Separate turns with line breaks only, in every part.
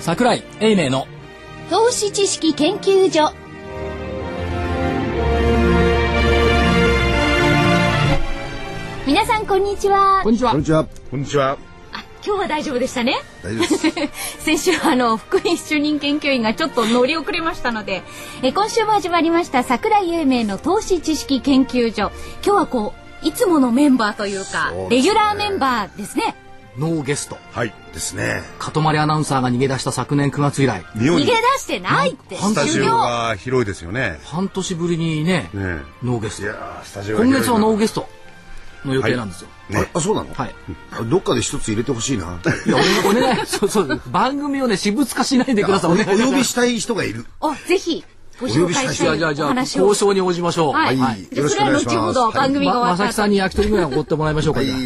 桜井英明の
投資知識研究所皆さんこんにちは
こんにちは
こんにちは。
こんにちは。
あ今日は大丈夫でしたね
大丈夫です。
先週はあの福井主任研究員がちょっと乗り遅れましたのでえ今週も始まりました桜井英明の投資知識研究所今日はこういつものメンバーというか
そうですね
レギュラーメンバーですね
ノーゲスト
はい。
ですね。
かとまりアナウンサーが逃げ出した昨年9月以来
妙
逃
に
げ出してないって
なん
スタジオ
終了
が広いですよね。
半年ぶりにね
ね
ノーゲ
えい
スト
やースタジオが
今
広いな
月はノーゲストの予定なんですよ
あれあ、そうなの
はい。
あどっかで一つ入れてほしいな。
いやおお願いそうそう番組をね私物化しないでくださいお願い
お呼びしたい人がいる。
あぜひご紹介し
じゃ
た
あ
い
じゃあじ
お
ゃあ
話を
交渉に応じましょう
はい、
はい
じゃあ
よろ
そ
しく
れ
お
は
願いします
後ほど番組が
ま
終わ
さき
った後
さんに焼き鳥ぐらいおごってもらいましょうか
はい
じゃ。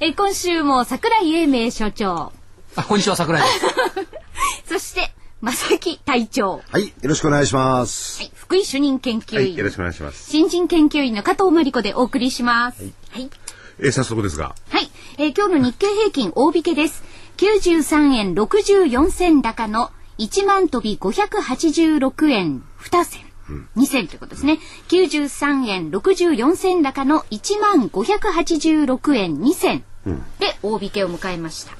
え今週も桜井英明所長
ああこんにちは桜井です
そして正木隊長、は
はい。よろしくお願いします。
い、福井主任研究
は
員、
い。よろしくお願いします。
新人研究員の加藤真理子でお送りします。はい。
えー、早速ですが、
はい。えー今日の日経平均大引けです。93円64銭高の1万飛び586円2銭。2銭ということですね。93円64銭高の1万586円2銭で大引けを迎えました。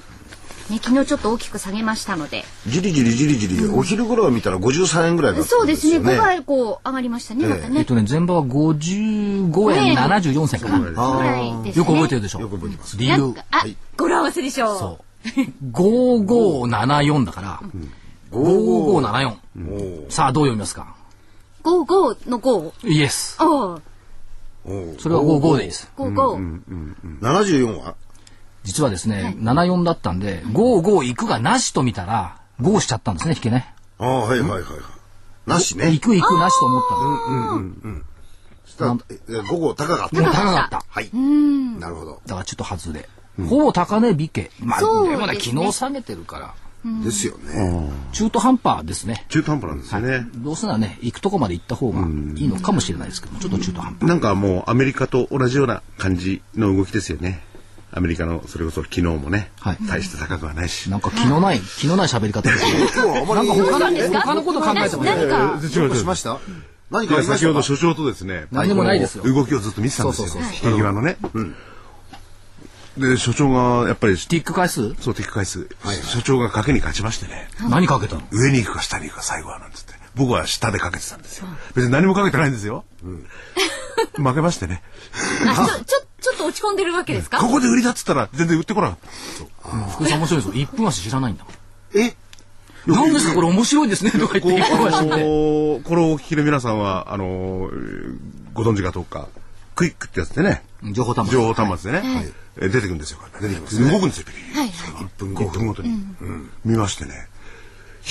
ね、昨日ちょっと大きく下げましたので。
じりじりじりじり、お昼頃を見たら53円ぐらいだったん
そうですね。5
よ
回こう上がりましたね、また
えっ
ね。
とね前場は55円74銭かなよ
ぐらいですね。
く覚えてるでしょ
よく覚えてます。
理
なん
由
か、あ、語呂合わせでしょ
そう。5574だから、5574。さあ、どう読みますか
五五の五。
イエス。
おう、
それは55でいいです。
五五。
74は
実はですね、74だったんで、55行くがなしと見たら、5しちゃったんですね、引けね。
ああ、はいはいはいはい。なしね
行。く行くなしと思ったの。も
そしたらえ午後高かっ
う高
た。
かった。
はい。なるほど。
だからちょっと外れ。ほぼ高値引け。まあ、で
そう
もね、
ですね
昨日下げてるから、
ですよね。
中途半端ですね。
中途半端なんですよね。
どうせならね、行くとこまで行った方がいいのかもしれないですけども、ちょっと中途半端。
なんかもうアメリカと同じような感じの動きですよね。アメリカのそれこそ昨日もね、
はい
大して高くはないし。
なんか気のない、気のない喋り方ですね。
今日はあまり
他の他のこと考えてもね
何か、
違う違
しました何
い
かあ
や
りま
先
し
ほど
た
所長とですね、
何でもないですよ
動きをずっと見てたんですよ。
そうそうそう
引き際のね。で、所長がやっぱり、
ティック回数
そう、テック回数、所長が賭けに勝ちましてね。
何かけたの
上に行くか下に行くか最後はなんつって僕は下でかけてたんですよ別に何もかけてないんですよ、 負けましてね
あ、ちょ、ちょ、ちょっと落ち込んでるわけですか
ここで売りだっつったら全然売ってこなかった
福井さん面白いですよ。一分足知らないんだもん。
え
何ですかこれ面白いですねとか言っ
こう
て一分
あ
足
の
で。
ーこれをお聞きの皆さんはあのーご存知かどうかクイックってやつでね
情報端末。
情報端末でね、え出てくるんですよ出てきます、動くんですよピリピリ
はいは
1分5分ごとに、うん見ましてね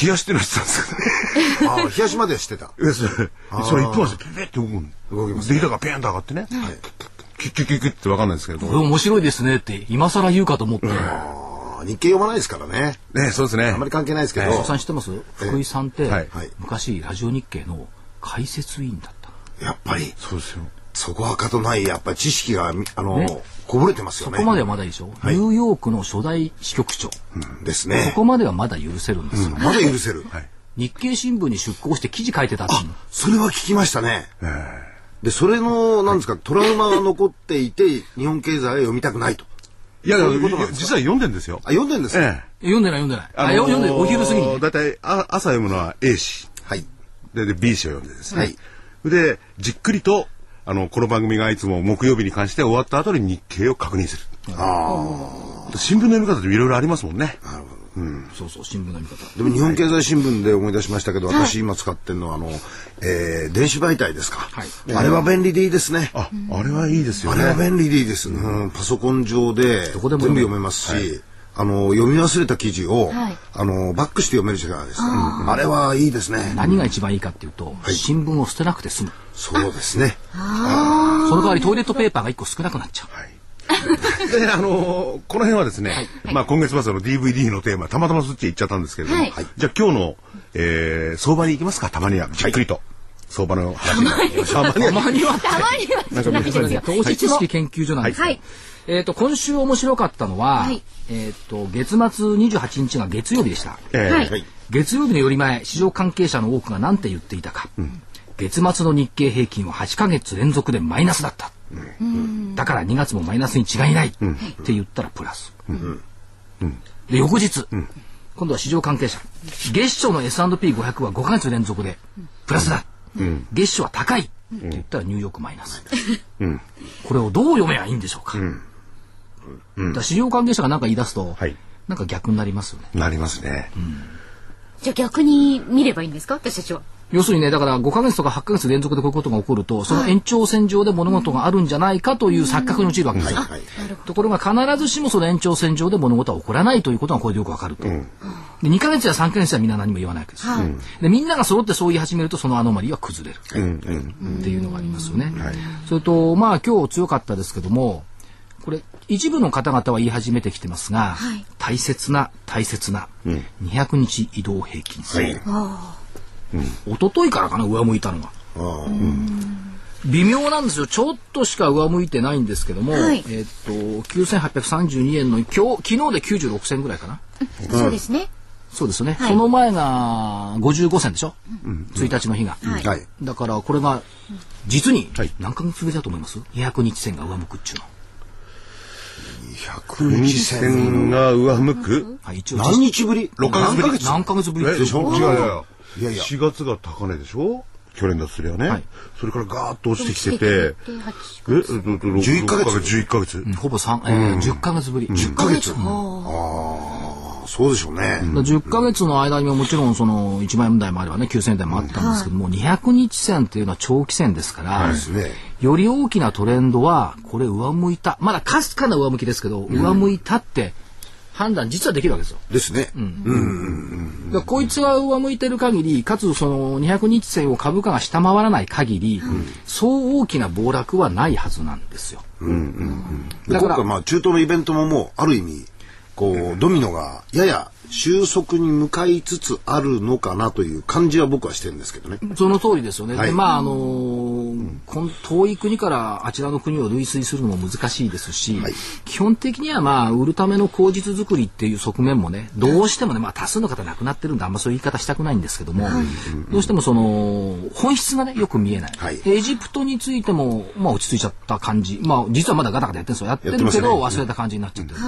冷やしてのやつなんですけどね
ああ、冷やしまではしてた。
えそれ、それ一本足でピピピって動くん動きます、で、板がペンと上がってね、キュッキュッキュッキュッってわかんないですけど、
これ面白いですねって今更言うかと思って。
ああ日経読まないですからね。
ね、そうですね。
あまり関係ないですけど。
福井さん知ってます福井さんって
はい
はい
昔ラジオ日経の解説委員だったの。
やっぱり、
そうですよ。
そこはかとない、やっぱり知識が、みあの、
ね
こぼれてますよ
そ
ね。
こまではまだいいでしょニューヨークの初代支局長。
ですね。
ここまではまだ許せるんですよ。
まだ許せる。
はい。
日経新聞に出向して記事書いてたっていうの
それは聞きましたね。
え
で、それの、なんですか、トラウマが残っていて、日本経済は読みたくないと。
えいや、
そういうことなんですか
実は読んでんですよ
あ、。読んでんですか、
ええ。
読んでない読んでない。あ、
のー
読んでないお昼過ぎにね。
だいたいあ朝読むのは A 誌。
はい。
で、で B 誌を読んでですね。
はい
で、じっくりと、あの、この番組がいつも木曜日に関して終わった後に日経を確認する。ああ。新聞の読み方っていろいろありますもんね。
そうそう、新聞の見方。
でも日本経済新聞で思い出しましたけど、私今使ってるのは、あの、えー、電子媒体ですか。
はい
あれは便利でいいですね。
あ、あれはいいですよ
あれは
ね。
便利でいいです。うん、パソコン上で全
こで
部
も
読めますし、あの読み忘れた記事を、
はい
あのバックして読める力ですね。あれはいいですね。
何が一番いいかっていうと、新聞を捨てなくて済む。
そうですね。
その代わりトイレットペーパーが1個少なくなっちゃう。
で、あのーこの辺はですね、まあ今月末の DVD のテーマ、たまたまそっちへ行っちゃったんですけれども、
はい
じゃあ今日の、えー相場に行きますか、たまには。じっくりと。相場の話が。たま
たまにはって。
たまには
なんか皆さんに。
投資知識研究所なんですけど
はい
えっと、今週面白かったのは
はい、
えっと、月末28日が月曜日でした。
え
は
え
い
はい。
月曜日のより前、市場関係者の多くが何て言っていたか。月末の日経平均は8ヶ月連続でマイナスだった。だから2月もマイナスに違いないって言ったらプラス。で、翌日、今度は市場関係者。月初の S&P500 は5ヶ月連続でプラスだ。月初は高いって言ったらニューヨークマイナス。これをどう読めばいいんでしょうか。だから市場関係者が何か言い出すと
はい、
なんか逆になりますよね。
なりますね。
じゃあ逆に見ればいいんですか私たちは。
要するにね、だから5ヶ月とか8ヶ月連続でこういうことが起こると、その延長線上で物事があるんじゃないかという錯覚に陥るわけですよ。
はい。
ところが必ずしもその延長線上で物事は起こらないということがこれでよくわかると。で2ヶ月や3ヶ月はみんな何も言わないわけですよ。でみんなが揃ってそう言い始めるとそのアノマリーは崩れるっていうのがありますよね。それとまあ今日強かったですけどもこれ一部の方々は言い始めてきてますが、
はい
大切な大切な200日移動平均線、一昨日からかな上向いたのが。
ああ。
微妙なんですよ。ちょっとしか上向いてないんですけども、
はい
えっと、9832円の今日、昨日で96銭ぐらいかな。
そうですね。
そうですよね。
はい
その前が55銭でしょ、?1 日の日が。
はい
はい。
だからこれが、実に
はい、
何ヶ月ぶりだと思います ?200 日線が上向くっちゅうの。
100日線。
線が上向く
はい、一応
何日ぶり
六ヶ月ぶり
何ヶ
何ヶ月ぶり
え
で
で
し
し
ょ
ょ違うよ。
いやいや
4月が高値でしょ去年だとすりゃね、
はい
それからガーッと落ちてきてて、
で八
え、11
11ヶ月
11ヶ月。
ほぼ3、えー10ヶ月ぶり。10
?1 ヶ月。
あ
あそうでしょうね。
10ヶ月の間にももちろんその1万円台もあればね9000円台もあったんですけども、200日線っていうのは長期線ですから、
ですね。
より大きなトレンドは、これ上向いた。まだかすかな上向きですけど、上向いたって判断実はできるわけですよ。
です
だ
ね。
からこいつが上向いてる限り、かつその200日線を株価が下回らない限り、そう大きな暴落はないはずなんですよ。
で
だから
今回まあ中東のイベントももうある意味こうドミノがやや収束に向かいつつあるのかなという感じは僕はしてるんですけどね。
その通りですよね。
はい
で、まあ、あのーこの遠い国からあちらの国を類推するのも難しいですし、
はい
基本的にはまあ、売るための口実作りっていう側面もね、どうしてもね、まあ、多数の方亡くなってるんで、あんまそういう言い方したくないんですけども、どうしてもその、本質がね、よく見えない。
はい
エジプトについても、まあ、落ち着いちゃった感じ。まあ、実はまだガタガタやってるんですよ。やってる
やっ
け
て
ど、
ま
忘れた感じになっちゃってる。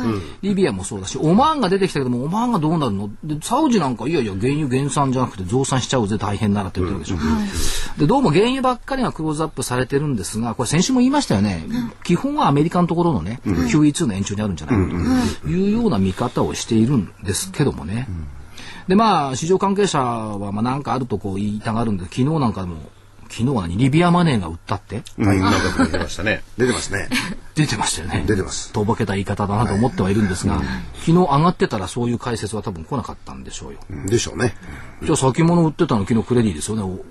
リビアもそうだし、オマーンが出てきたけども、オマーンがどうなるので、サウジなんか、いやいや、原油減産じゃなくて増産しちゃうぜ、大変ならって言ってるわけでしょ。で、どうも原油ばっかりがクローズアップされてるんですが、これ先週も言いましたよね。基本はアメリカのところのね、QE2 の延長にあるんじゃないかというような見方をしているんですけどもね。で、まあ、市場関係者は、まあ、なんかあるとこう言いたがるんで、昨日なんかでも、昨日は何リビアマネーが売ったって
はい、なんか出てましたね。
出てますね。
出てましたよね。
出てます
とぼけた言い方だなと思ってはいるんですが、昨日上がってたらそういう解説は多分来なかったんでしょうよ。
でしょうね。
じゃあ先物売ってたの昨日クレディですよね。お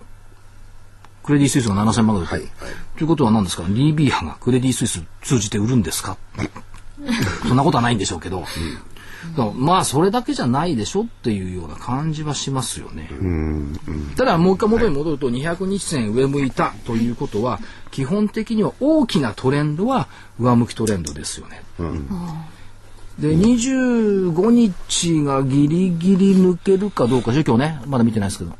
クレディスイスが7000万ぐらい。
はいはい
ということは何ですか ?DB 派がクレディスイス通じて売るんですかそんなことはないんでしょうけど。だからまあそれだけじゃないでしょっていうような感じはしますよね。ただもう一回元に戻ると200日線上向いたということは基本的には大きなトレンドは上向きトレンドですよね。で25日がギリギリ抜けるかどうか今日ねまだ見てないですけど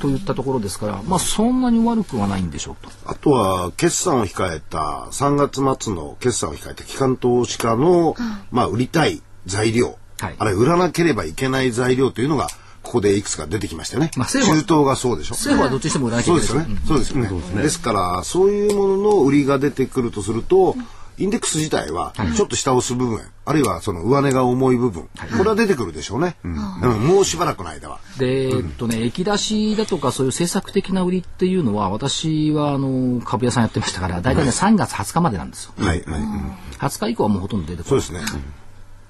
といったところですからまあそんなに悪くはないんでしょうと。
あとは決算を控えた3月末の決算を控えた機関投資家のまあ売りたい材料、
はい
あれ売らなければいけない材料というのがここでいくつか出てきましたよね。
まあ
中
政府は
東がそうでしょ。
政府はどっちにしても売らなきゃ
そ
いうけ
で
ない
すよね。そうですよね。ですから、そういうものの売りが出てくるとすると、インデックス自体はちょっと下を押す部分、あるいはその上値が重い部分、これは出てくるでしょうね。うんもうしばらくの間は。
で、えっとね、駅出しだとかそういう政策的な売りっていうのは、私はあの株屋さんやってましたから、大体ね、3月20日までなんですよ。
はいはいうん
20日以降はもうほとんど出てこ
そう
ない。
ですね。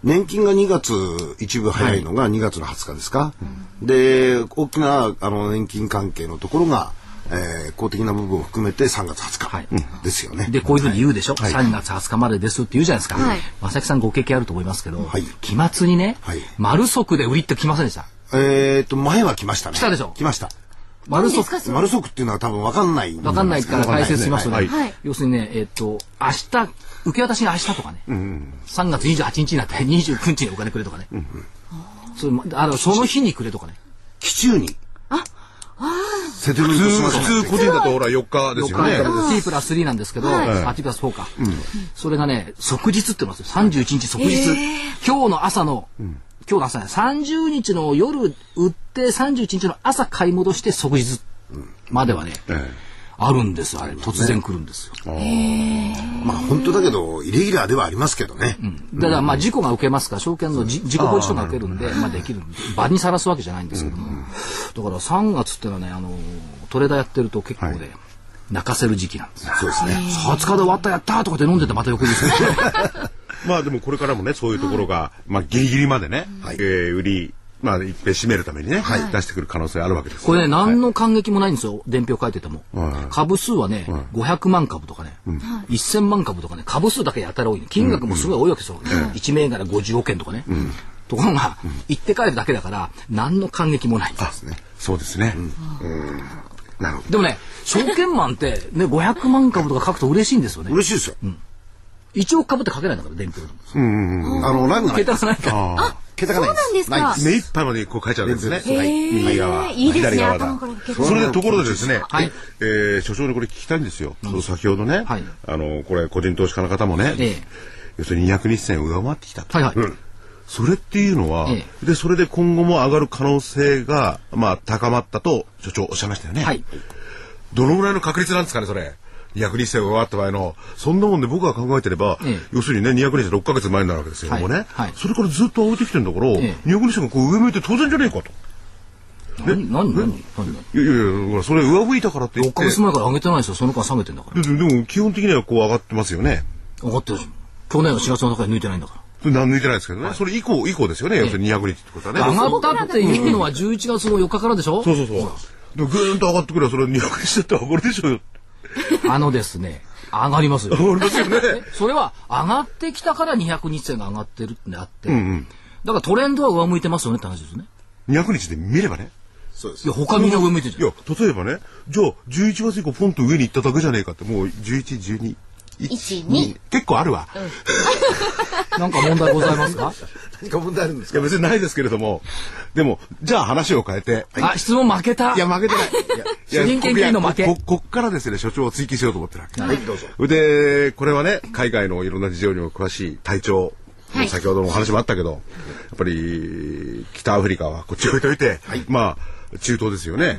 年金が2月一部早いのが2月の20日ですか。で、大きなあの年金関係のところが、えー公的な部分を含めて3月20
はい
日ですよね。
で、こういうふうに言うでしょ、
はい
3月20日までですって言うじゃないですか。
はい
正木さんご経験あると思いますけど、
はい
期末にね、
はい
丸速で売りって来ませんでした。
えっと、前は来ましたね。
来たでしょ
来ました。
丸
何で
速
すかそれ
丸速っていうのは多分わかんない。
わかんないから解説しますの
は
で、
いはい
要するにね、えっと、明日、受け渡しが明日とかね、3月28日になって29日にお金くれとかね、それもあのその日にくれとかね、
基中に。あ、あセトルメントし
普
ま
通
す
普通個人だとほら4日ですよね。
T プラス3なんですけど、
はい
あ T プラス4か、それがね、即日って言いますよ。31日即日。今日の朝の、今日の朝ね、30日の夜売って、31日の朝買い戻して即日まではね、
え
あるんです、あれ。突然来るんですよ。
まあ本当だけど、イレギュラーではありますけどね。
ただまあ事故が受けますから、証券のじ事故ポジションが受けるんで、まあできるんで、場にさらすわけじゃないんですけども、だから3月ってのはね、あの、トレーダーやってると結構ね、泣かせる時期なんですよ。
そうですね。
20日で終わった、やったーとかって飲んでてまた翌日。
えまあでもこれからもねそういうところがまあギリギリまでねえー売りまあ一平締めるためにね出してくる可能性あるわけです。
これね、何の感激もないんですよ、伝票書いてても
はい。
株数はね、500万株とかね、1000万株とかね、株数だけやたら多いね。金額もすごい多いわけですよ。1銘柄50億円とかね。ところが、行って帰るだけだから、何の感激もないんです。
そうですね。
なるほど。
でもね、証券マンって、ね、500万株とか書くと嬉しいんですよね。
嬉しいですよ。
1億株って書けないんだから、伝票でも。
あの、ラインがない。
桁がないから。
桁がないです。
そうなんですか
い
目いっぱいまでこう書いちゃうんですね。
へ
ー
右側、
いいですね
左側
頭
だ
から受け。
それでところでですね、
はい
えー所長にこれ聞きたいんですよ。その先ほどね、
はい
あのこれ個人投資家の方もね、
ええ
要するに200日線を上回ってきたと。
はいはい
うんそれっていうのは、
え
でそれで今後も上がる可能性がまあ高まったと所長おっしゃいましたよね。
はい。
どのぐらいの確率なんですかね、それ。200日線を上回った場合の、そんなもんで僕が考えてれば、
ええ
要するにね、200日6ヶ月前になるわけですよ、
はい
もうね、
はい
それからずっと上げてきてるんだから、
え
200日線がこう上向いて当然じゃねえかと。
何、何、何、何。
いやいやいや、ほらそれ上向いたからって言
6
って。
ヶ月前から上げてないですよ。その間下げてんだから。
でででも基本的にはこう上がってますよね。
上がってるでしょ去年の4月の高値抜いてないんだから。
それ何抜いてないですけどね。それ以降、以降ですよね。要するに200日ってことはね。
上がったっていうのは11月の4日からでしょ
そうそうそう。でもぐーんと上がってくれば、それ200日だったら上がるでしょうよ。
あのですね、上がりますよ。
上がりますよ ね。
それは上がってきたから200日線が上がってるってのあって、だからトレンドは上向いてますよねって話ですね。
200日で見ればね。
そうです
いや、。他みんな上向いてるじ
い
ゃん。
や、例えばね、じゃあ、11月以降、ポンと上に行っただけじゃねえかって、もう、11、12、
1 2
1、2。結構あるわ。い
なんか問題ございますか
何か問題あるんですか
や、別にないですけれども、でも、じゃあ話を変えて、
あ、質問負けた。
いや、負けてない。いや
主人権金の負け
こここっからですね、所長を追記しようと思ってるわけ。
はい、どうぞ。
で、これはね、海外のいろんな事情にも詳しい隊長、
はい
先ほどのお話もあったけど、やっぱり、北アフリカはこっち置いといて、まあ、中東ですよね。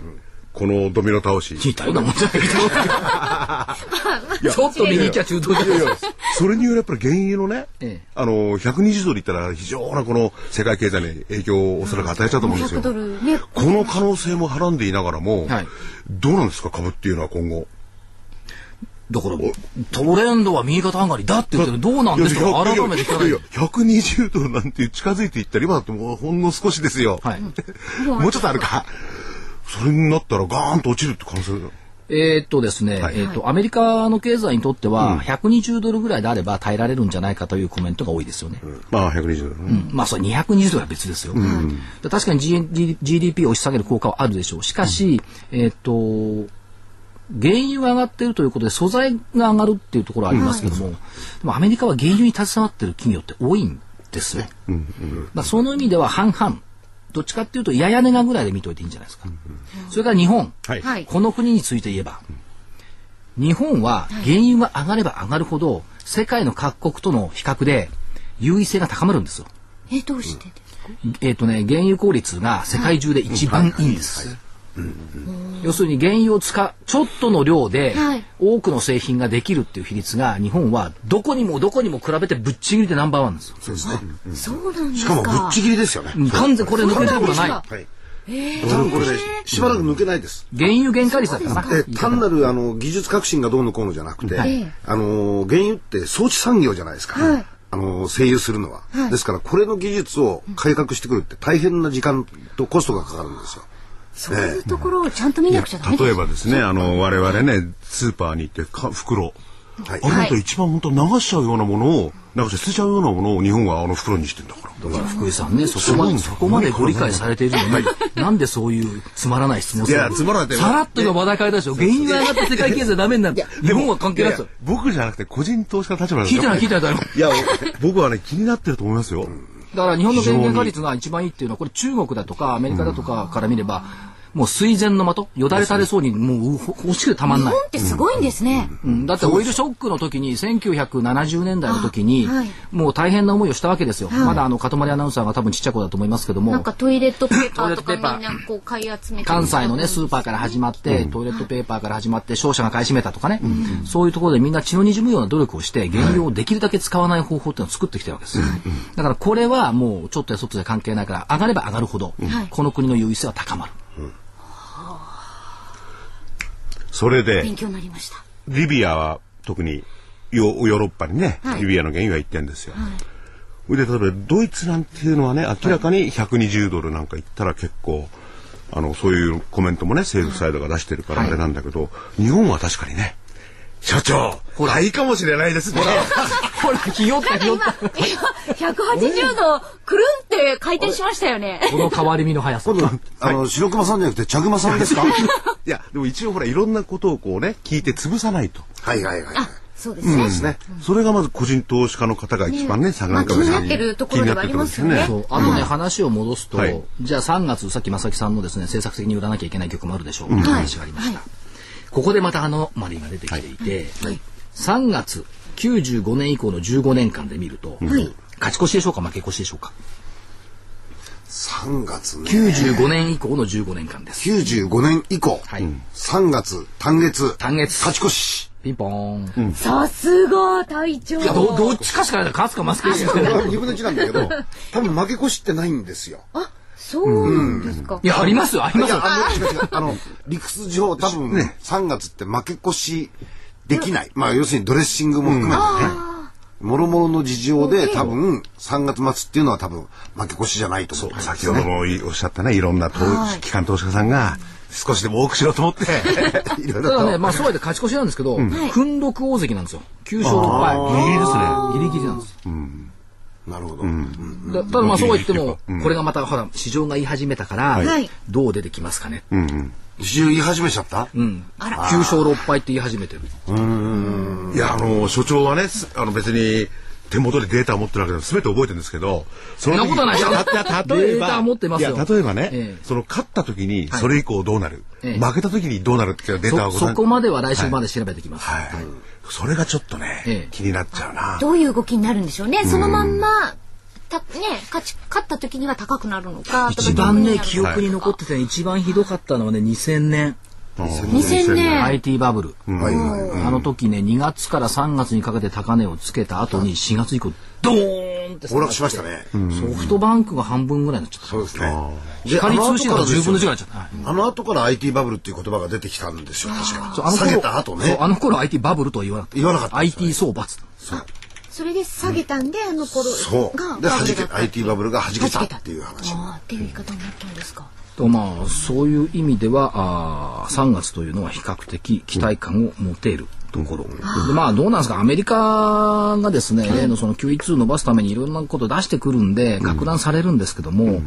このドミノ倒し。
聞いたようなもんじゃない けど。ちょっと見に行きゃ中東じゃないですか。
それによるやっぱり原油のね、
ええ
あの、120ドルいったら非常なこの世界経済に影響をおそらく与えたと思うんですよ。
100ドルね
この可能性もはらんでいながらも、
はい
どうなんですか、株っていうのは今後。
だから、トレンドは右肩上がりだって言ってるどうなんですか改めて聞かない
や
い
や。120ドルなんて近づいていったら、今だってもうほんの少しですよ。
はい
もうちょっとあるか。それになったらガーンと落ちるって可能性
えーっとですね、
はい
えーっと、アメリカの経済にとっては、120ドルぐらいであれば耐えられるんじゃないかというコメントが多いですよね。
まあ、120ドル、ね
まあ、それ220ドルは別ですよ。で確かに G- GDP を押し下げる効果はあるでしょう。しかし、えーっと、原油が上がっているということで、素材が上がるっていうところはありますけども、でもアメリカは原油に携わっている企業って多いんですよ。まあ、その意味では半々。どっちかっていうと、やや値がぐらいで見といていいんじゃないですか。それから日本。
はい
はい
この国について言えば、日本は原油が上がれば上がるほど、世界の各国との比較で優位性が高まるんですよ。
えどうしてですか
えっ、とね、原油効率が世界中で一番いいんです。要するに原油を使う、ちょっとの量で
はい
多くの製品ができるっていう比率が日本はどこにもどこにも比べてぶっちぎりでナンバーワンなんですよ。
そうですね。
そうなんです
し
か
かもぶっちぎりですよね。
完全これ抜けたことない。
そうな
原
んで
はい。多分これね、しばらく抜けないです。
油原価率だったかな。
で単なるあの技術革新がどうのこうのじゃなくて、
い
あの原油って装置産業じゃないですか、
はい
あの製油するのは、ですからこれの技術を改革してくるって大変な時間とコストがかかるんですよ。
そういうところをちゃんと見なくちゃダメ
例えばですね、あの、我々ね、スーパーに行ってか、袋、
はい
あれだと一番本当流しちゃうようなものを、流して捨てちゃうようなものを日本はあの袋にしてんだから。
だから福井さんね、そこます
ごい
で、
んです
そ
よ
こまでご理解されているのに、なんでそういうつまらない質問するの
いやつまらないって
さらっと今話題変えたでしょ。原因が上がって世界経済ダメになる。日本は関係ないですよ
いやいや僕じゃなくて個人投資家の立場なんです
聞い
よ
てない聞いてないだろ。
いや、僕はね、気になってると思いますよ。
だから日本の電源化率が一番いいっていうのは、これ中国だとかアメリカだとかから見れば、もう水前の的、よだれ垂れそうに、もううほ欲しくてたまん
日
ない。
本ってすごいんですね。
うんだってオイルショックの時に1970年代の時に、
あはい
もう大変な思いをしたわけですよ、まだあの塊アナウンサーが多分ちっちゃい子だと思いますけども
なんかトイレットペーパーと
トイ
か
レッ
み
トペーパ
ん
ー
なこう買い集めて
関西のね、スーパーから始まって、トイレットペーパーから始まって、商社が買い占めたとかね、そういうところでみんな血の滲むような努力をして、原料をできるだけ使わない方法っていうのを作ってきてるわけですよ。だからこれはもう、ちょっとやそっとじゃ関係ないから、上がれば上がるほど、この国の優位性は高まる。
それで
勉、強になりました。
リビアは特にヨヨーロッパにね、リビアの原油が行ってんですよ。それで、例えばドイツなんていうのはね、明らかに120ドルなんか行ったら結構、あの、そういうコメントもね、政府サイドが出してるからあれなんだけど、日本は確かにね、所長、
ほら
ないかもしれないですね。
ほら、ひよったひよっ
今、
た。
180度くるんって回転しましたよね。
この変わり身の速さ
今。度、あの、白熊さんじゃなくて、茶熊さんです かはい
や、でも一応ほら、いろんなことをこうね、聞いて潰さないと。
いはいはい。
あ、そうですね。
ですね。
それがまず個人投資家の方が一番ね、参
まあ
考
気になってるところではありますよね
気になってるところで
そ
す
うあとね、話を戻すと、
はい
じゃあ3月さっき正木さんのですね政策的に売らなきゃいけない曲もあるでしょう、という話がありました、ここでまたあのマリーが出てきていて、3月95年以降の15年間で見ると、勝ち越しでしょうか負け越しでしょうか
3月ね。
95年以降の15年間です
95年以降、
はい
3月、単月、
単月
勝ち 越し。
ピンポーン、
さすが隊
い
長。
やどどっちかしかない勝つか負けかしかない
2分の1なんだけど、多分負け越しってないんですよ。
あ、そうなんですか。
いやありますよありま
い
すよ
や、あの、違う違う。あの、理屈上多分ね、3月って負け越しできない。まあ、要するにドレッシングも含めてね。もろもろの事情で多分3月末っていうのは多分負け越しじゃないと思うんです
先
よ
ほど
ね。
もおっしゃったね、いろんな投資機関投資家さんが、少しでも多くしようと 思って、いろい
た
ろ
だね、
と。
まあ、そうやって勝ち越しなんですけど、訓読大関なんですよ。9勝6
ギリギリですね。
敗。ギリギリなんです。
なるほど。
だただまあそうは言っても、
うん
これがまたほら市場が言い始めたから、
はい
どう出てきますかね、
うんうん
一応言い始めちゃった
うん、9勝6敗って言い始めてる
いや、あの、所長はね、すあの別に、手元でデータを持ってるわけでも全て覚えてるんですけど、そ
そんなことないでしょ
やたた例え
デ
ば
ータ持ってますよ
いや、例えばね、
ええ
その勝った時に、それ以降どうなる、
ええ
負けた時にどうなるっていうデータ
そ
を
そこまでは来週まで調べてきます、
はい、それがちょっとね、
ええ
気になっちゃうな。
どういう動きになるんでしょうね。そのまんま、た、ね、勝ち、勝った時には高くなるのか。
一番ね記
気を
憶に残ってて、一番ひどかったのはね2000年
2000年。
IT バブル、
はいはい。
あの時ね2月から3月にかけて高値をつけた後に4月以降ドーンって
崩落しましたね。
ソフトバンクが半分ぐらいになっちゃった
そうですね。で
光通信が
あ後
10分の1ぐらいになっ
で
ちゃ
すよ
った、はい
あの後から IT バブルっていう言葉が出てきたんですよ、確か。
そうあの
下
頃
げた
そ
後
う
ね。
あの頃 IT バブルとは言わなくて
言わなかったです
IT 総罰
それで下げたんで、あの頃
そう
が。。
で、
バ
弾
ブルだ
け
った
た、IT バブルが弾けた
弾けた
っていう話。
ああ、っていう言い方になったんですか。
とまあそういう意味ではあー3月というのは比較的期待感を持てるところ、でまあどうなんですかアメリカがですね、例のその QE2 伸ばすためにいろんなこと出してくるんで拡乱されるんですけども、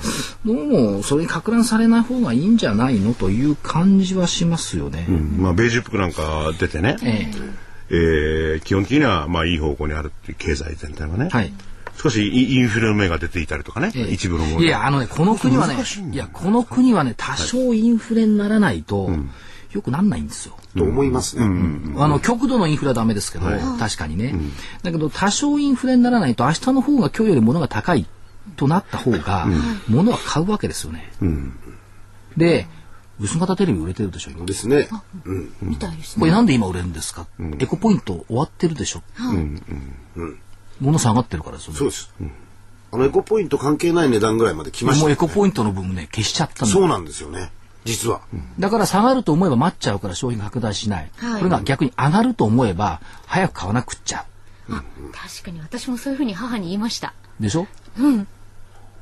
どうもそれに拡乱されない方がいいんじゃないのという感じはしますよね。
まあ、ベージュックなんか出てね、
え
えー基本的にはまあいい方向にあるっていう経済全体がね、
えはい
少しイインフレの目が出ていたりとかね、
ええ
一部のもの
いやあのねこの国はね
難しいんだ
い
よ
やこの国はね多少インフレにならないと、よくなんないんですよ。
と思いますね。
あの極度のインフレはダメですけど、確かにね、だけど多少インフレにならないと明日の方が今日より物が高いとなった方が、物は買うわけですよね、で薄型テレビ売れてるでしょ今
ですね。
みたいです
こ
ね。
れなんで今売れるんですか、エコポイント終わってるでしょ、物下がってるからですよね
そうです。あのエコポイント関係ない値段ぐらいまで来まし
も
た
う
ね、
エコポイントの分ね消しちゃったんだ
そうなんですよね。実は。
だから下がると思えば待っちゃうから商品が拡大しない、
はい
これが逆に上がると思えば早く買わなくっちゃ
あ、確かに私もそういうふうに母に言いました。
でしょ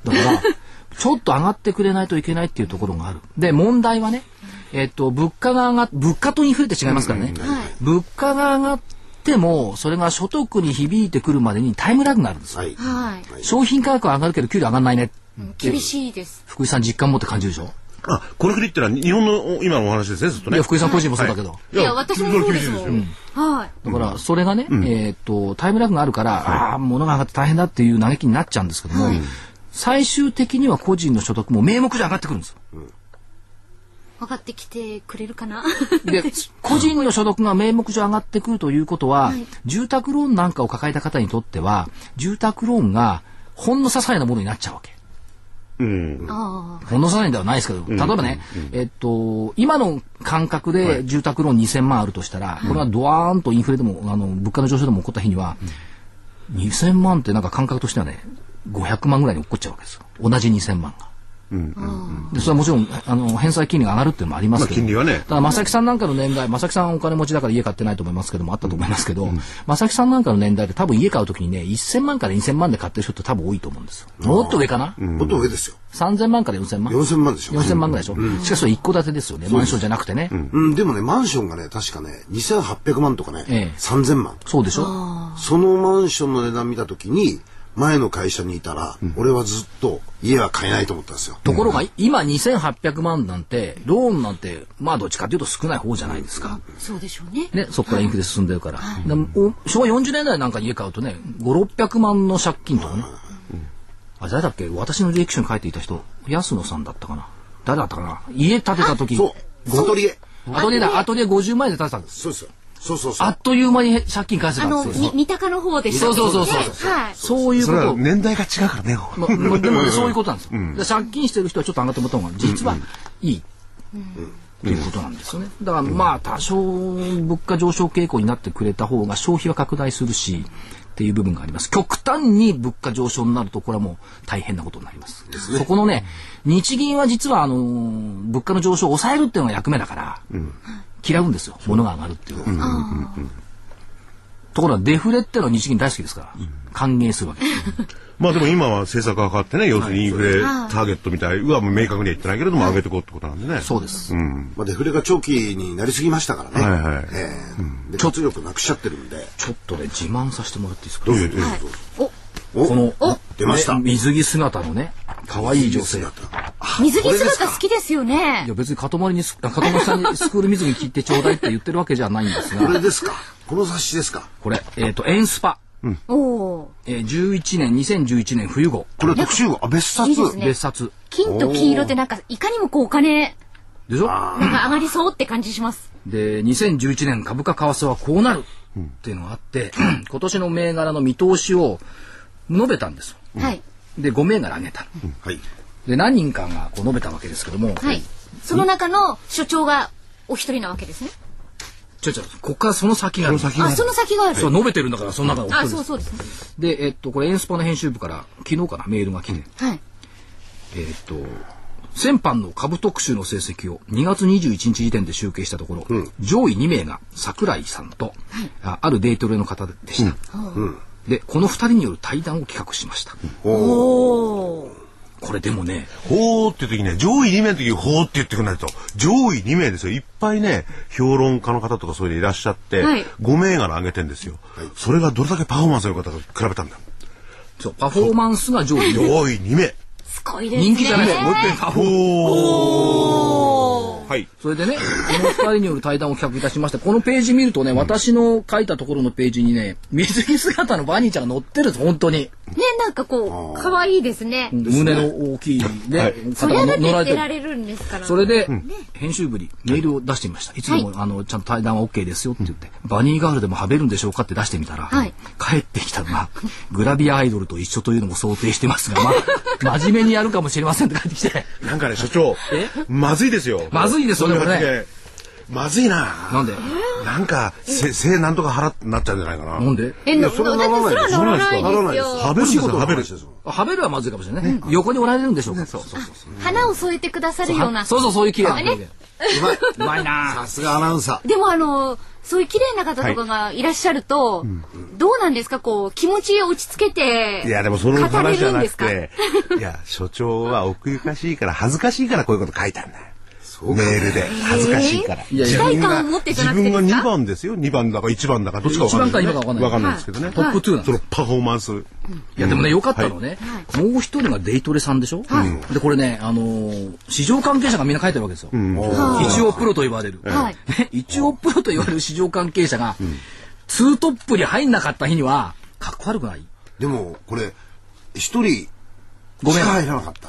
だから、ちょっと上がってくれないといけないっていうところがある。で、問題はね、えっと、物価が上がっ、物価とインフレって違いますからね。物価が上がっっても、それが所得に響いてくるまでにタイムラグがあるんですよ。
はい。
はい。
商品価格は上がるけど給料上がんないね。
厳しいです。
福井さん実感持って感じるでしょ
あ、この国ってのは日本のお今のお話ですね、ずっと
い
ね
や、。福井さん個人もそうだけど。
いや、私もそうですも
厳しい
ん。はい。
だから、それがね、えーっと、タイムラグがあるから、ああ、物が上がって大変だっていう嘆きになっちゃうんですけども、最終的には個人の所得も名目で上がってくるんですよ。
分かってきてくれるかな
で、個人の所得が名目上上がってくるということは、住宅ローンなんかを抱えた方にとっては、住宅ローンがほんの些細なものになっちゃうわけ。
うん。
あ
ほんの些細ではないですけど、例えばね、えっと、今の感覚で住宅ローン2000万あるとしたら、これがドワーンとインフレでも、あの、物価の上昇でも起こった日には、2000万ってなんか感覚としてはね、500万ぐらいに落っこっちゃうわけですよ。同じ2000万が。でそれはもちろんあの返済金利が上がるっていうのもありますけど、
まあ金利はね
ただ正木さんなんかの年代正木さんお金持ちだから家買ってないと思いますけどもあったと思いますけど、正木さんなんかの年代で多分家買うときにね1000万から2000万で買ってる人って多分多いと思うんですよもっと上かな、
もっと上ですよ。
3000万から4000万
4000万でしょ。
4000万ぐらいでしょ、しかしそれ一戸建てですよねマンションじゃなくてね、
うん、でもね、マンションがね、確かね、2800万とかね、
ええ
3000万。
そうでしょ
そのマンションの値段見たときに、前の会社にいたら、俺はずっと家は買えないと思ったんですよ。
ところが今2800万なんてローンなんてまあどっちかというと少ない方じゃないですか、
あ、そうでしょうね。
ね、そこからインフレ進んでるから、でもお昭和40年代なんかに家買うとね5600万の借金とかね、あ誰だっけ私の履歴書に書いていた人安野さんだったかな誰だったかな家建てた時
そう。悟りへ。
アトリエだアトリエ50万円で建てたんです
そうですよ。そうそうそ
あ
う。
っという間に借金返せた
あ
んで
の、
すよ
み三鷹の方でしたっけ
そうそうそうそう
はい。
そういう
そ
こ
れ
と
は
を
年代が違うからね。
ままあでもねそういうことなんですよ、で借金してる人はちょっと上がってもらった方が実はいい、ということなんですよねだからまあ多少物価上昇傾向になってくれた方が消費は拡大するしっていう部分があります極端に物価上昇になるとこれはもう大変なことになりますそこのね日銀は実はあのー物価の上昇を抑えるっていうのが役目だから、嫌うんですよ物が上がるっていうのは、ところがデフレっていうのは日銀大好きですから、歓迎するわけです
まあでも今は政策が変わってね、要するにインフレターゲットみたいはもう明確には言ってないけれども、上げていこうってことなんでね。
そうです、
まあ、デフレが長期になりすぎましたからね。
はいはい
ええで、活力なくしちゃってるんで。
ちょっとね、自慢させてもらっていいですか
どうぞどうぞどうぞ。お
この、
出ました
ね水着姿のね、可愛い女性。い
水着
これです
姿
か
好きですよね
や、。別に、かとまりにす、 かとまりさんにスクール水着聞いてちょうだいって言ってるわけじゃないんです
これ
が、
ですかこの冊子ですか
これ、えっ、と、エンスパ、
おお
えー、11年、2011年冬号、
これ特集号、あ、別冊。
いいですね
別冊。
ー。金と黄色ってなんか、いかにもこうお金、
でしょ
なんか上がりそうって感じします。
で、2011年株価為替はこうなるっていうのがあって、 今年の銘柄の見通しを述べたんですよ。
はい。
で、5銘柄上げた。
はい。
で、何人かがこう述べたわけですけども、
はい。その中の所長がお一人なわけですね。
ちょちょ、ここからその先がある。その先
あ、その先がある。
そう、述べてるんだから、その中のお一人
あ、
です
そうそうですね。
で、えっと、これ、エンスパの編集部から、昨日かな、メールが来て、
はい。
えっと、先般の株特集の成績を2月21日時点で集計したところ、上位2名が桜井さんと、ああるデートレの方でした。で、この2人による対談を企画しました。これでもね、
ほーっていう時ね、上位2名の時にほーって言ってくれないと、上位2名ですよ。いっぱいね、評論家の方とかそういうのいらっしゃって、
はい
5銘柄上げてんですよ。それがどれだけパフォーマンスが良かったか比べたんだ。
そうパフォーマンスが上位4
上位2名。
すごいですね。
人気じゃないですか。
はい。
それでね、この二人による対談を企画いたしまして、このページ見るとね、私の書いたところのページにね、水着姿のバニーちゃんが載ってるんです、本当に。
ね、なんかこう、可愛いですね。
胸の大きいね、
はい
そ
方
れ
が
だ
乗られ
け出
て
ら
る。
れるんですから。
それで、編集部にメールを出してみました。いつでも、あの、ちゃんと対談は OK ですよって言って、バニーガールでもはべるんでしょうかって出してみたら、
はい
帰ってきたのが、グラビアアイドルと一緒というのも想定してますが、まあ、真面目にやるかもしれませんって帰ってきて、
なんかね、所長
え、
まずいですよ。
まずいですよね
そうう
これね
わけでまずいな。
なんで、
なんか、せ、せ、なんとか腹になっちゃうんじゃないか
な
な。
んで
え、な、だってそれはならない
な
ら
で
な
す
いで
よ
す。
食べるんですよ、食べる。
あはべるはまずいかもしれないね。横におられるんでしょうか。そうそうそう。
花を添えてくださるような。
そうそう、そういう綺麗な
あ
表
ね
現。
うまい。
うまいな
さすがアナウンサー。
でもあの、そういう綺麗な方とかがいらっしゃると、どうなんですかこう、気持ちを落ち着けて、
いや、でもその
語れ
話じゃ
るん
な
で
く
すか
て、いや、所長は奥ゆかしいから、恥ずかしいからこういうこと書いたんだよ。メールで恥ずかしいから。
いやいや期待感を持ってじゃな
自
くて
分
で
が
す
2
か
番ですよ2番だか1番だかどっちか分かんない
一番か今か分かんない
ですけどね、
トップ2なんです
そのパフォーマンス
いやでもね、良かったのね、もう一人がデイトレさんでしょ、で、これね、あのー市場関係者がみんな書いてるわけですよ。一応プロと言われる。
はい
ね 一応プロと言われる市場関係者が、ツートップに入んなかった日には、かっこ悪くない
でも、これ、一人、
ごめん
しか入らなかった。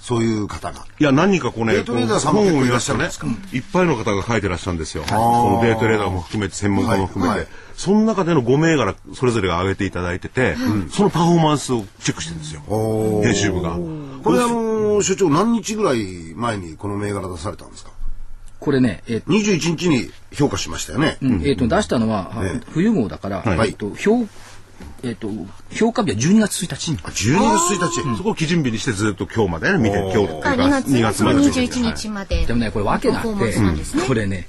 そういう方が。
いや何人かこうね
デイトレーダーさんも
こう
結
本
構
を
い
い
ら
ら
っ
っ
し
し
ゃ
ゃる
るん
ね
ですか
いっぱいの方が書いてらっしゃるんですよそのデイトレーダーも含めて専門家も含めて、
はい
その中での5銘柄それぞれが挙げていただいてて、そのパフォーマンスをチェックしてるんですよ
おー
編集部が
これ、あのー、所長、何日ぐらい前にこの銘柄出されたんですか
これね、えっと
?21 日に評価しましたよね。
えっと出したのは、あ
ね
冬号だから、
はい
えっと評えっと評価日は12月1日に
あ12月1日。
そこを基準日にしてずっと今日までね見て
おー
今日っていうか
あ2
2
月
月
の
まで
21日まで。
でもねこれ訳があ
パフォ
っ
ーマン
て、
スなんですね
これね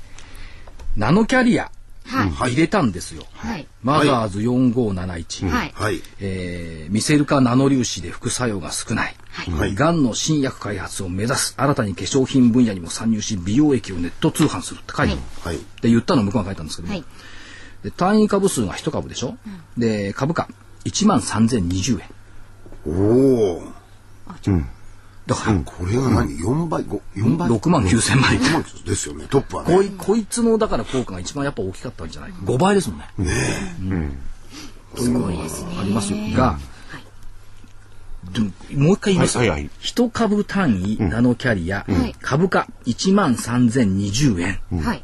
ナノキャリア
はい。
入れたんですよ、
はい。
マザーズ4571、
はい。
はい。
えーミセル化ナノ粒子で副作用が少ない、
はい
がんの新薬開発を目指す新たに化粧品分野にも参入し美容液をネット通販するって書いてある、
はい。
で言ったの向こうが書いたんですけど、
はい。
で単位株数が1株でしょ、で株価1万3020円
おー。
だから、
これが何 ?4 倍 ?4 倍
6万9000万円
6万9000ですよね。トップは
こ
ね。
いこいつのだから効果が一番やっぱ大きかったんじゃない5倍ですもんね。ねすごいですね。ありますよが、でももう一回言います
はいはいはい
一株単位ナノキャリア、
ん
株価1万3020円、
はい。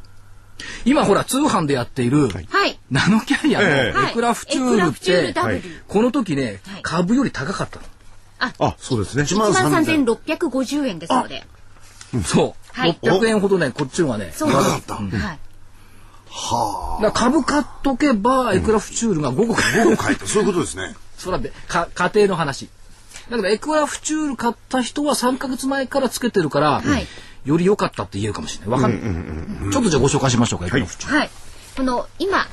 今ほら通販でやっている、
はい。
ナノキャリアの
え
エ
え
クラフチュールっ
はい
て、
エクラフチュール W
この時ね、
はい
株より高かった
あそうですね
1
13,650円ですので。
の、そう、
はい
600円ほどねこっちの方がね
そうです。
高かった
はい。
だから株買っとけばエクラフチュールが5個5個
はいそういうことですね。
それはべか家庭の話。だからエクアフチュール買った人は3ヶ月前からつけてるから、
はい
より良かったって言えるかもしれない。わかる、ちょっとじゃあご紹介しましょうか、エクラフチュール。
はい。この、今、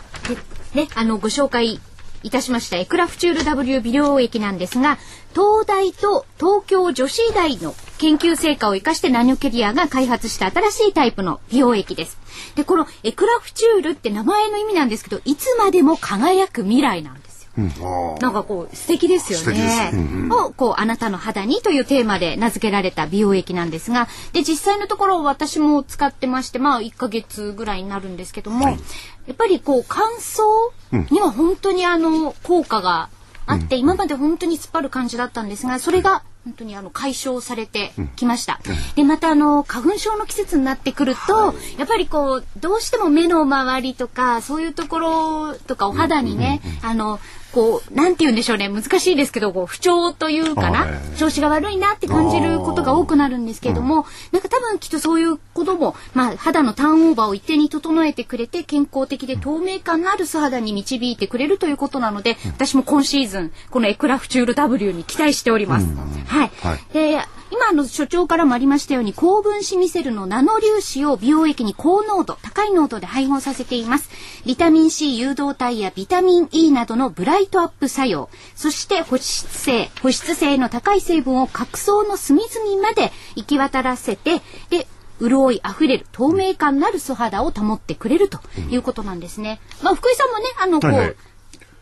ね、あの、ご紹介いたしました、エクラフチュール W 微量液なんですが、東大と東京女子医大の研究成果を生かしてナニョキャリアが開発した新しいタイプの美容液です。で、このエクラフチュールって名前の意味なんですけど、いつまでも輝く未来なんですよ。なんかこう素敵ですよね。
素敵です
をこうあなたの肌にというテーマで名付けられた美容液なんですが、で実際のところ私も使ってまして、まあ1ヶ月ぐらいになるんですけども、やっぱりこう乾燥には本当にあの効果があって、今まで本当に突っ張る感じだったんですが、それが本当にあの解消されてきました。でまたあの花粉症の季節になってくると、やっぱりこうどうしても目の周りとかそういうところとかお肌にね、あのこうなんて言うんでしょうね難しいですけどこう不調というかな
はい
調子が悪いなって感じることが多くなるんですけれども、なんか多分きっとそういうことも、まあ、肌のターンオーバーを一定に整えてくれて健康的で透明感のある素肌に導いてくれるということなので私も今シーズンこのエクラフチュール W に期待しております。はい、で今あの所長からもありましたように高分子ミセルのナノ粒子を美容液に高濃度高い濃度で配合させていますビタミン C 誘導体やビタミン E などのブライトアップ作用そして保湿性保湿性の高い成分を角層の隅々まで行き渡らせてで潤いあふれる透明感のある素肌を保ってくれるということなんですね、まあ福井さんもねあのこう、
はいはい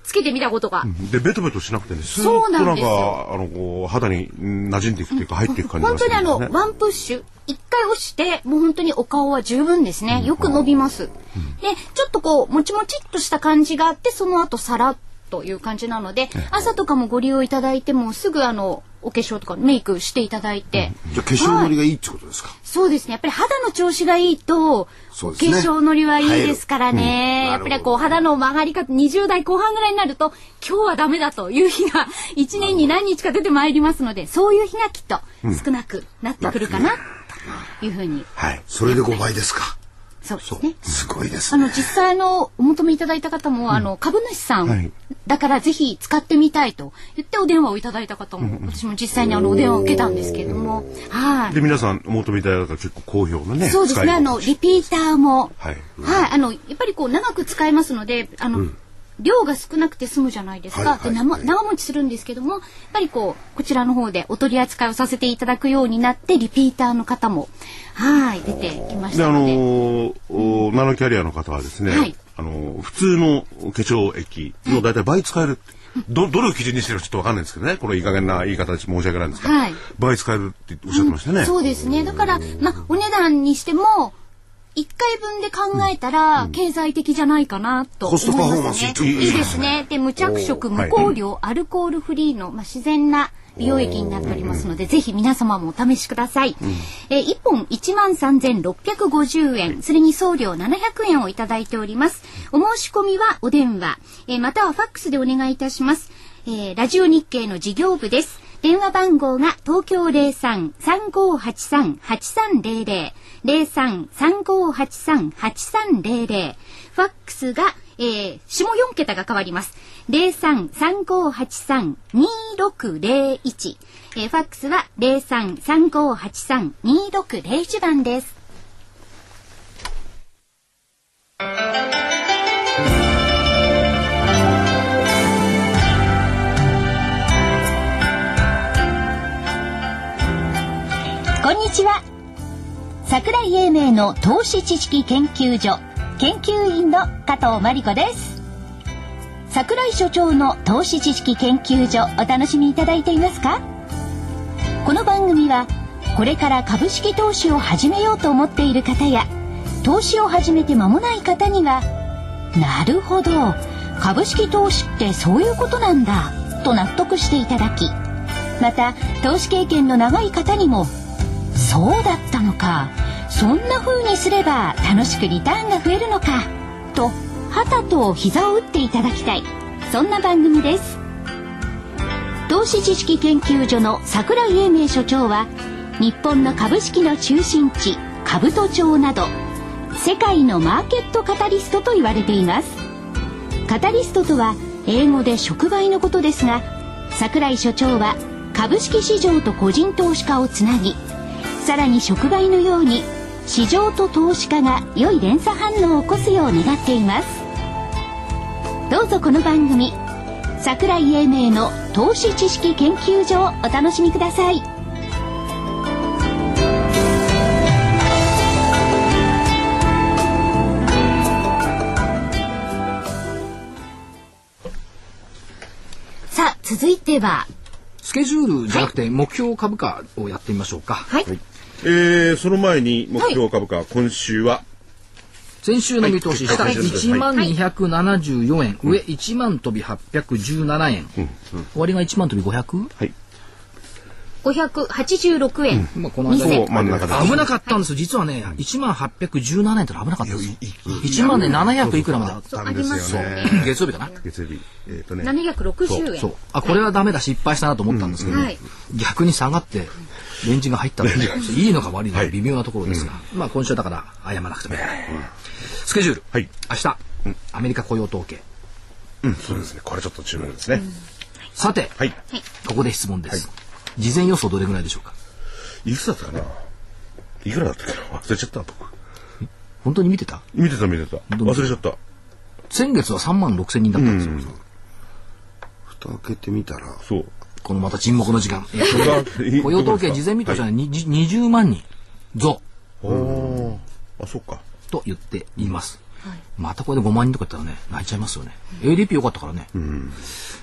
つけてみたことが、
でベトベトしなくてねスーッ
そう
と
な
なんん
ですよ
かあのこう肌にうん馴染んでいくっていうか入っていく感じ
本
がす
当
る
にあの、
んですね
ワンプッシュ、一回押して、もう本当にお顔は十分ですね。よく伸びます。で、ちょっとこう、もちもちっとした感じがあって、その後さらっという感じなので、朝とかもご利用いただいても、すぐあの、お化粧とかメイクしていただいて、
じゃあ化粧のりがいいってことですか
そうですね。やっぱり肌の調子がいいと、
そう
お
で
化
すね
粧のりはいいですからね。
うん
やっぱりこう肌の曲がり方、20代後半ぐらいになると、今日はダメだという 日が1年に何日か出てまいりますので、そういう日がきっと少なくなってくるかな、というふうに。
はい。それで5倍ですか。
そうですね。
すごいです
あ
ね。
の実際のお求めいただいた方も、あの株主さん、
はい
だからぜひ使ってみたいと言ってお電話をいただいた方も、私も実際にあのお電話を受けたんですけれども、はい。
で皆さんお求めいただいた結構好評のね
そうです
使い
ね。
方
あのリピーターも、は
はい
い、あのやっぱりこう長く使えますので、あの、量が少なくて済むじゃないですか、
はいはい
で長
はい
長持ちするんですけどもやっぱりこうこちらの方でお取り扱いをさせていただくようになってリピーターの方もはい出てきまし
で、
た
あ
の
の
で。
ーおナノキャリアの方はですね、
はい
あのー普通の化粧液の大体倍使える。ど、どれを基準にしてるかちょっとわかんないんですけどね、このいい加減な言い方で申し訳ないんですが、
はい
倍使えるっておっしゃってましたね。
そうですね。だから、まあ、お値段にしても、1回分で考えたら、経済的じゃないかなと思います、ね。
コストパフォーマンス一応
いいですね。で、無着色、
おー
無香料、アルコールフリーの、まあ、自然な美容液になっておりますので、ぜひ皆様もお試しください。えー、1本13,650円、それに送料700円をいただいております。お申し込みはお電話、えーまたはファックスでお願いいたします。えーラジオ日経の事業部です。電話番号が東京03-3583-8300、03-3583-8300、ファックスが、えー、下4桁が変わります。03-3583-2601、えー、ファックスは03-3583-2601番です。こんにちは桜井英明の投資知識研究所研究員の加藤真理子です桜井所長の投資知識研究所お楽しみいただいていますかこの番組はこれから株式投資を始めようと思っている方や投資を始めて間もない方にはなるほど株式投資ってそういうことなんだと納得していただきまた投資経験の長い方にもそうだったのかそんな風にすれば楽しくリターンが増えるのかと旗と膝を打っていただきたいそんな番組です投資知識研究所の桜井英明所長は日本の株式の中心地兜町など世界のマーケットカタリストと言われていますカタリストとは英語で触媒のことですが桜井所長は株式市場と個人投資家をつなぎさらに触媒のように市場と投資家が良い連鎖反応を起こすよう願っていますどうぞこの番組桜井英明の投資知識研究所をお楽しみくださいさあ続いては
スケジュールじゃなくて目標株価をやってみましょうか。
はい、
えーその前に目標株価、今週は、
先週の見通し、
はい
下
はい
1万274円、上1万飛び817円、終わりが1万飛び 500?
はい。
586円、
まあこの間で
ほぼ真ん中です。
危なかったんですよ。実はね、1万817円ってのは危なかったんですよ。1万ね、700いくらまであっ
あったんですよね。
た。月曜日かな。
月曜日。えっ、とね。
760円
そう。あ、これはダメだ、失敗したなと思ったんですけど
はい、
逆に下がって、レンジが入ったんで、いいのか悪いのか
はい
微妙なところですが、まあ今週はだから謝らなくてもいいスケジュール。
はい
明日、アメリカ雇用統計。
うん、そうですね。これちょっと注目ですね。
さて、
はい。
ここで質問です。事前予想どれぐらいでしょうか
いくつだったかないくらだったかな忘れちゃった、僕。
本当に見てた
見てた、見てた。
どう
忘れちゃった。
先月は3万6千人だったんですよ。
蓋開けてみたら、
そう。
このまた沈黙の時間。えー
が
雇用統計事前見通しはに20万人増
おあ、そっか。
と言っています。またこれで5万人とか言ったらね、泣いちゃいますよね。ADP 良かったからね。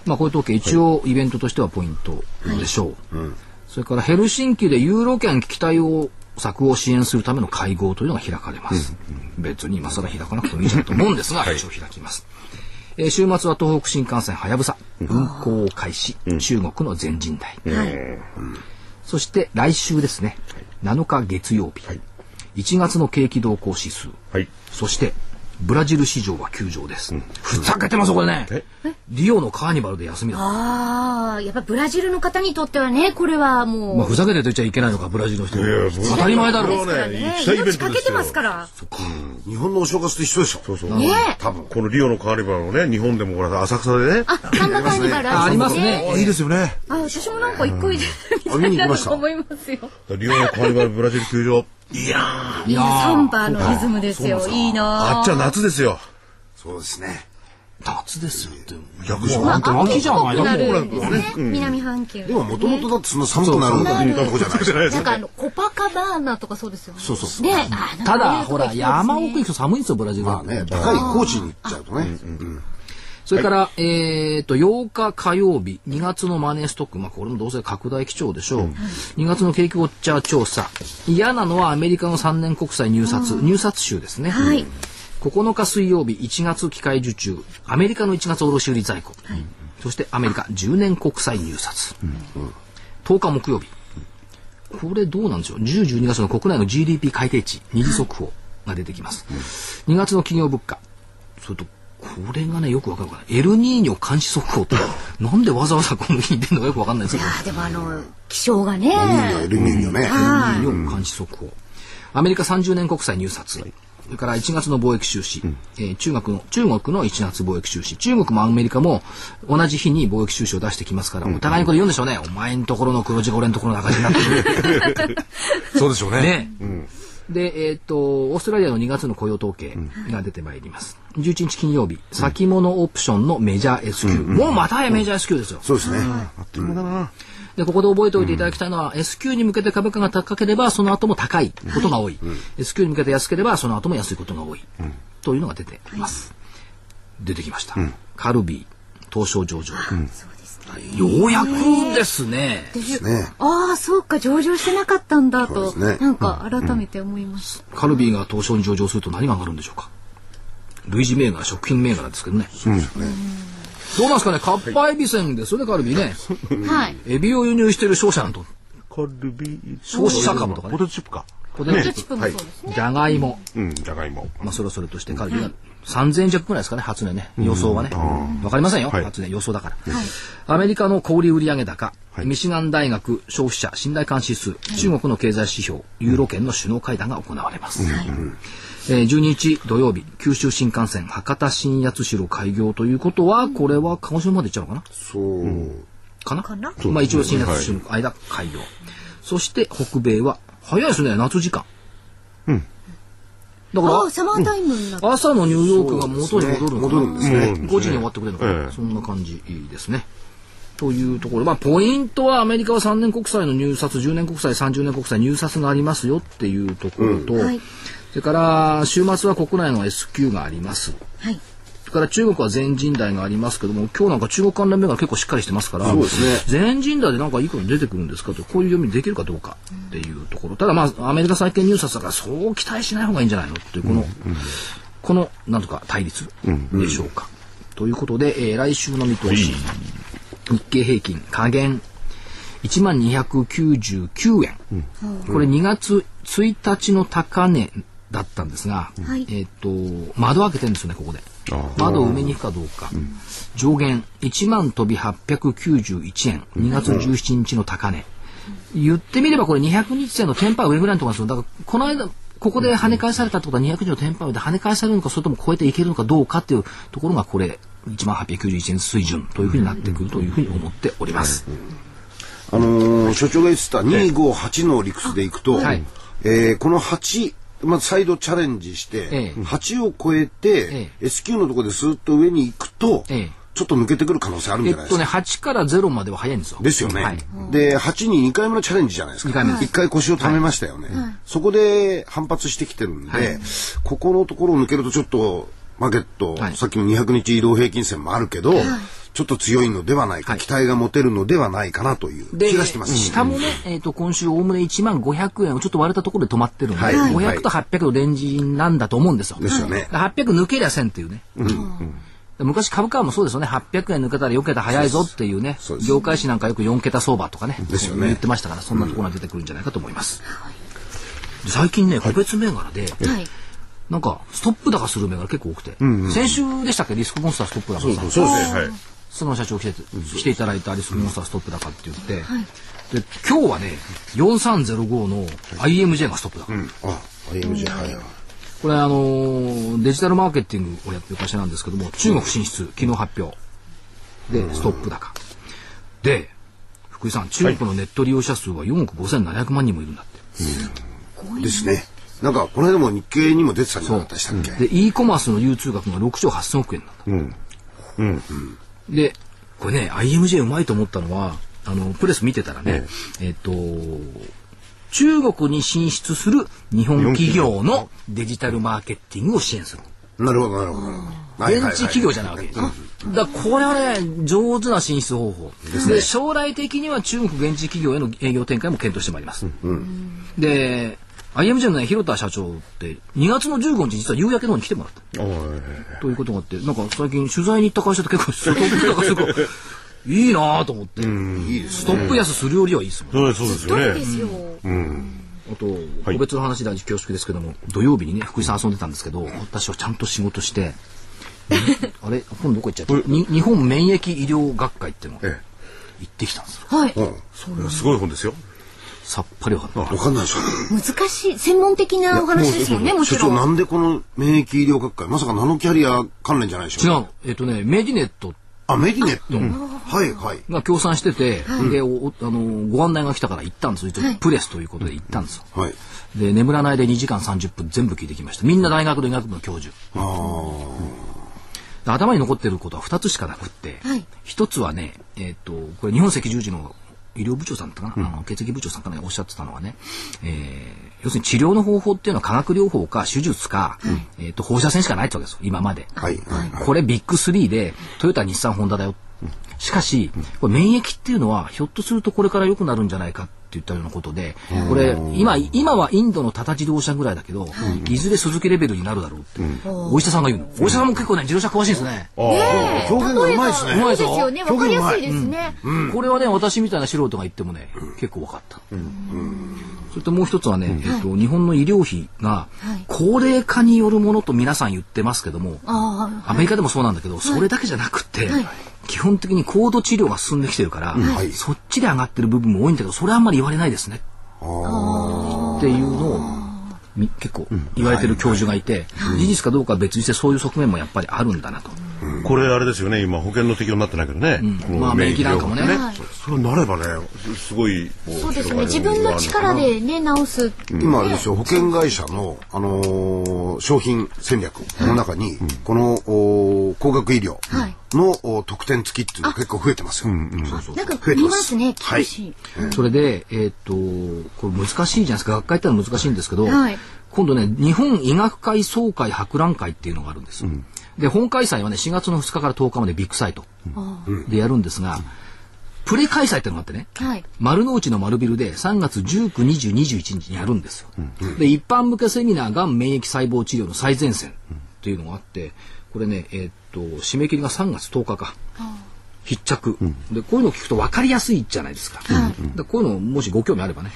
まあ、雇用統計一応イベントとしてはポイントでしょう。それからヘルシンキでユーロ圏危機対応策を支援するための会合というのが開かれます。別に今更開かなくてもいいじゃんと思うんですが、一応開きます。えー週末は東北新幹線はやぶさ運行開始、中国の全人代、そして来週ですね7日月曜日、1月の景気動向指数
はい。
そしてブラジル市場は休場です、ふざけてますよこれね
え
リオのカーニバルで休みだ
ああやっぱブラジルの方にとってはねこれはもう、
まあ、ふざけてと言っちゃいけないのかブラジルの人
いやそう
当たり前だろ
そううね
ね
一大イ
命
ベントですよ
かけてますから
日本のお正月と一緒でしょ。
そうそう。
ね
多分。
このリオのカーニバルをね、日本でもほら、浅草でね。
あ、サンバカーニバル
ああります。ね
いいですよね。
あ、私もなんか一個入
あ見に行きました
と思いますよ。
リオのカーニバル、ブラジル球場。いやー。
いや
サン
ー
バのリズムですよ。いいな
あっちは夏ですよ。
そうですね。
夏ですよって。
逆じゃん
もうなんか秋じゃないだ
な
もう
るんですね。南半球。
でも元々だってそんな寒くなるほど
そうそう
とこじゃないですか。
なんかあの、コパカバーナとかそうですよね。
そうそうそう
ね、あ
ただ、ほら、山奥行く
く。
と寒いんですよ、ブラジルは。
ね、高い高知に行っちゃうとね。うん
それから、えっと、8日火曜日、2月のマネーストック、まあ、これもどうせ拡大基調でしょう。2月の景気ウォッチャー調査。嫌なのはアメリカの3年国債入札、入札集ですね。
はい。
9日水曜日、1月機械受注、アメリカの1月卸売在庫、そしてアメリカ10年国債入札、10日木曜日、これどうなんでしょう、10、12月の国内の GDP 改定値、二次速報が出てきます、2月の企業物価、それと、これがね、よくわかるかな、エルニーニョ監視速報って、なんでわざわざこの日に出るのかよくわかんないんですけど、
あ、でもあの、気象がね。
エルニーニョね。
エルニーニョ監視速報、アメリカ30年国債入札、それから1月の貿易収支、えー中国の中国の1月貿易収支、中国もアメリカも同じ日に貿易収支を出してきますから、お互いにこれ言うんでしょうね、お前んところの黒字が俺んところの赤字になってる
そうでしょうね。
ね。で、えーっと、オーストラリアの2月の雇用統計が出てまいります。11日金曜日、先物オプションのメジャー S q、もうまたメジャー S q ですよ。
そうですね。
で、ここで覚えておいていただきたいのは、S q に向けて株価が高ければ、その後も高いことが多い。S q に向けて安ければ、その後も安いことが多い。というのが出ています。出てきました。カルビー、東証上場。はいようやくですね。
ね。
ああ、そうか、上場してなかったんだと、
そうですね
なんか改めて思いました。
カルビーが東証に上場すると何が上がるんでしょうか。類似銘柄、食品銘柄ですけどね。どうなんですかね、カッパエビせんですよね、カルビーね。
はい。
エビを輸入している商社なんと、
カルビー
消費者株とかね
ポテトチップか。
ポテトチ
ジ
ッ
ャチップもそうですね。
プじゃがいも。
うん、じゃがいも。
まあ、それはそれとして、カルビが3000円弱ぐらいですかね、初値ね。予想はね。わかりませんよ、
はい
初値予想だから。アメリカの小売売上高、
はい
ミシガン大学消費者信頼感指数、中国の経済指標、ユーロ圏の首脳会談が行われます。えー12日土曜日、九州新幹線博多新八代開業ということは、これは鹿児島まで行っちゃうのかな
そう。
かな
かな
まあ一応新月週の間開業、そして北米は早いですね夏時間うんだ
あ
か
あ、サマータイムになった。
ら朝のニューヨークが元に戻るのかな、
戻るんですね。
5時に終わってくれるのかな、
ええ
そんな感じですねというところまあポイントはアメリカは3年国債の入札10年国債30年国債入札がありますよっていうところと、
はい
それから週末は国内の S q があります
はい。
それから中国は全人代がありますけども、今日なんか中国関連銘柄結構しっかりしてますから、
そうですね
全人代でなんかいいこと出てくるんですかと、こういう読みできるかどうかっていうところ。ただまあ、アメリカ債券入札だからそう期待しない方がいいんじゃないのっていう、この、この、なんとか対立でしょうか。ということで、えー来週の見通し、日経平均下限1万299円、これ2月1日の高値だったんですが、
はい
えっ、と窓開けてるんですよねここで
ああ
窓を埋めに行くかどうか、上限1万飛び891円2月17日の高値、言ってみればこれ200日線のテンパイ上ぐらいのところなんですよだからこの間ここで跳ね返されたってことは200日のテンパイで跳ね返されるのかそれとも超えていけるのかどうかっていうところがこれ1万891円水準というふうになってくるというふうに思っております。
あのー所長が言ってた258の理屈でいくと、
はい
えーこの8、まあ、再度チャレンジし
ええ
て、8を超えて
え、
S q のところでスーッと上に行くと、
ええ
ちょっと抜けてくる可能性あるん
え
じ
っ
ゃないで
と
す
ね、
か。
8から0までは早いんですよ。
ですよね、
はい。
で、8に2回目のチャレンジじゃないですか。
二回目です
1回腰をためましたよね、そこで反発してきてるんで、
はい
ここのところを抜けるとちょっと、マーケット、
はい
さっきの200日移動平均線もあるけど、ちょっと強いのではないか、
はい
期待が持てるのではないかなという
で、
気がしてます。
下もね、えっ、と、今週、おおむね1万500円をちょっと割れたところで止まってるんで、
はい
500と800のレンジなんだと思うんですよ。
ですよね
800抜けりゃ1000っていうね。昔株価もそうですよね。800円抜けたら4桁早いぞっていうね
そうで。す
業界誌なんかよく4桁相場とかね。
ですよね
言ってましたから、そんなところが出てくるんじゃないかと思います。最近ね、個別銘柄で、
はい。
なんか、ストップ高する銘柄結構多くて、先週でしたっけリスクモンスターストップ高さん
そうそうですね。
はい。
その社長来て来ていただいたリスクモンスターストップ高って言って、で今日はね4305の IMJ がストップ高、
あ、IMG、はいはい。
これあのーデジタルマーケティングをやってる会社なんですけども中国進出昨日発表でストップ高、で福井さん中国のネット利用者数は4億5700万人もいるんだって、
ですね。なんか、この間も日経にも出てたんじゃなかったでしたっけ
で e コマースの流通額が6兆8000億円なんだ、で、これね、IMJ うまいと思ったのは、あの、プレス見てたらね、えっ、と、中国に進出する日本企業のデジタルマーケティングを支援する。
なるほど、なるほど。はいはい
現
はい
地企業じゃないわけです。だからこれはね、上手な進出方法。で、将来的には中国現地企業への営業展開も検討してまいります。で、IMJ のね、広田社長って、2月の15日、実は夕焼けの方に来てもらった。ということがあって、なんか最近取材に行った会社と結構相当とかするから、いいなぁと思って、ストップ安するよりはいいですもん。
そうです
そ
よ
うで
ね。
すよ。
あと、個別の話で恐縮ですけども、土曜日にね、福井さん遊んでたんですけど、私はちゃんと仕事して、あれ今度どこ行っちゃったに日本免疫医療学会っていうの行
え
ってきたんですよ。
はい。
え、すごい本ですよ。
さっぱりわかんない。
わかんないでしょ。
難しい、専門的なお話ですもんね、もち
所
ろ
長
ん。
なんでこの免疫医療学会まさかナノキャリア関連じゃないでし
違う
ょ
の。えっ、とね、メディネット
あメディネット、はいはい
が協賛してて、でおおあの、ご案内が来たから行ったんですよ。一応、プレスということで行ったんですよ。
はい
で、眠らないで2時間30分全部聞いてきました。みんな大学の医学部の教授。
あー
で頭に残ってることは2つしかなくって、
はい
1つはね、えっとこれ日本赤十字の医療部長さんだったかな、あの血液部長さんかなおっしゃってたのはね、えー要するに治療の方法っていうのは化学療法か手術か、えっと放射線しかないってわけですよ今まで、
はいはいはい
これビッグ3でトヨタ日産ホンダだよしかしこれ免疫っていうのはひょっとするとこれから良くなるんじゃないかって言ったようなことでこれ今今はインドのタタ自動車ぐらいだけどいずれ鈴木レベルになるだろうってお医者さんが言うのお医者さんも結構ね自動車詳しいんですね
ねえ
表現がうまいですね
例えばそうですよね。わかりやすいですね。
これはね私みたいな素人が言ってもね、結構分かった、それともう一つはね、えっと、日本の医療費が
はい
高齢化によるものと皆さん言ってますけども、
あ
アメリカでもそうなんだけど、それだけじゃなくって、基本的に高度治療が進んできてるから、
い
そっちで上がってる部分も多いんだけどそれはあんまり言われないですねっていうのをみ結構言われてる教授がいて、事実かどうかは別にしてそういう側面もやっぱりあるんだなと。
これあれですよね、今保険の適用になってないけどね。この
まあ免疫なんかもね
免疫療法
はい
それなればね、すすごい。
あ。そうですよね。自分の力でね、直す。
今あれですよ保険会社の、あのー商品戦略の中に、このおー高額医療
はい
の、お特典付きっていうのが結構増えてますよ。
なん
増
か
えて
見
ま
ますね、
は
聞く
い。
し。
それで、えーっとこれ難しいじゃないですか学会ってのは難しいんですけど、
はい
今度ね日本医学会総会博覧会っていうのがあるんですよ、で本開催はね4月の2日から10日までビッグサイトでやるんですが、プレ開催ってのがあってね
はい。
丸の内の丸ビルで3月19、20、21日にやるんですよ。で、一般向けセミナーがん免疫細胞治療の最前線というのがあって、これね、えーっと、締め切りが3月10日か。必着、でこういうのを聞くと分かりやすいじゃないですか,、でこういうのもしご興味あればね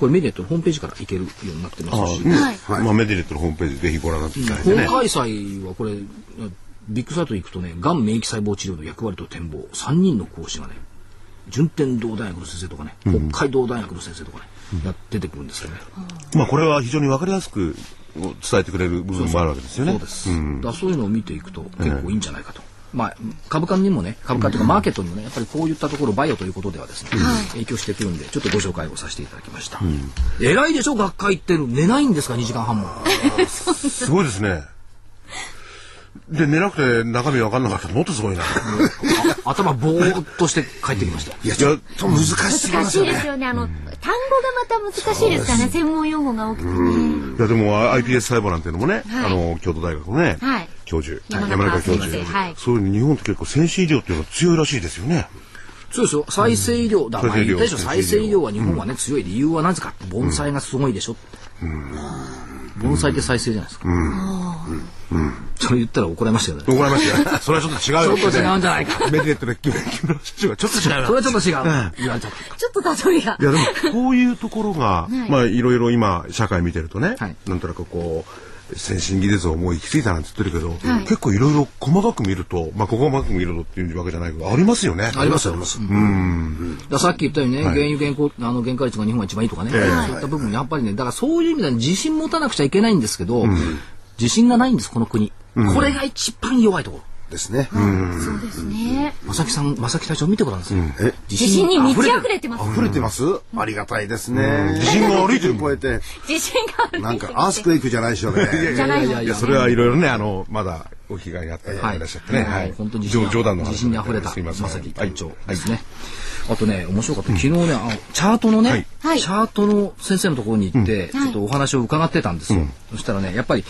これメディネットのホームページから行けるようになってま
あ
すし、
ね
はい
まあメディネットのホームページぜひご覧になっていただいて
本
ね。
開催はこれビッグサイト行くとねがん免疫細胞治療の役割と展望3人の講師がね順天堂大学の先生とかね北海道大学の先生とかね、やっててくるんですよね、
まあこれは非常にわかりやすく伝えてくれる部分もあるわけですよね。
そうです、だからそういうのを見ていくと結構いいんじゃないかと、まあ、株価にもね株価というかマーケットにもねやっぱりこういったところバイオということではですね、影響してくるんでちょっとご紹介をさせていただきました、偉いでしょ学会って寝ないんですか2時間 半も
すごいですね。で、寝なくて中身わかんなかったらもっとすごいな。
頭ぼーっとして帰ってきました
いや、ちょっと難しすぎま
難
す
しい
よ
で
ね。
すよね。あの、単語がまた難しいですからね。専門用語が多くてね。
いやでもあ iPS 細胞なんていうのもね、
はい
あの京都大学のね、
はい
教授
山中
教
先生
授、
はい
そういう日本って結構先進医療っていうのは強いらしいですよね。
そうですよ再生医療だ、まあ
再生医療
言ったでしょ再生医療は日本はね、強い理由はなぜか盆栽がすごいでしょ、盆栽って再生じゃないですか、それ言ったら怒られましたけどね
怒られましたよ。
それはちょっと違うよ。
ちょっと違うんじゃないか
メディネットの木村社長がちょっと違う
そ
よ。
れはちょっと違う言われちゃった
ちょっと例えが
い。やでもこういうところが、まあいろいろ今社会見てるとね、
はい
なんとなくこう先進技術をもう行き過ぎたなんて言ってるけど、結構いろいろ細かく見ると、まあここ細かく見るとっていうわけじゃないけどありますよね。
ありますよ、あります。だからさっき言ったようにね、原油原稿、あの、原価率が日本が一番いいとかね、そういった部分、やっぱりね、だからそういう意味では自信持たなくちゃいけないんですけど、自信がないんです、この国。これが一番弱いところ。
ですね。
そうですね。
正木さん、正木隊長見てごらんなさい。
え
自
自信に満ち
る
溢れてます。
溢れてますありがたいですね。
自信が歩いてる
超えて、
自信がある。
なんかアースクエイクじゃないでしょうね。
じゃないもん
いやそれはいろいろねあのまだお被害があった
は
方い
い
らっしゃってね。はい。
本当に
冗冗談の話
自信に溢れた
すいません。
正木隊長
はい
ですね。あとね、面白かった。昨日ね、あのチャートのね、
はい
チャートの先生のところに行って、ちょっとお話を伺ってたんですよ。そしたらね、やっぱり、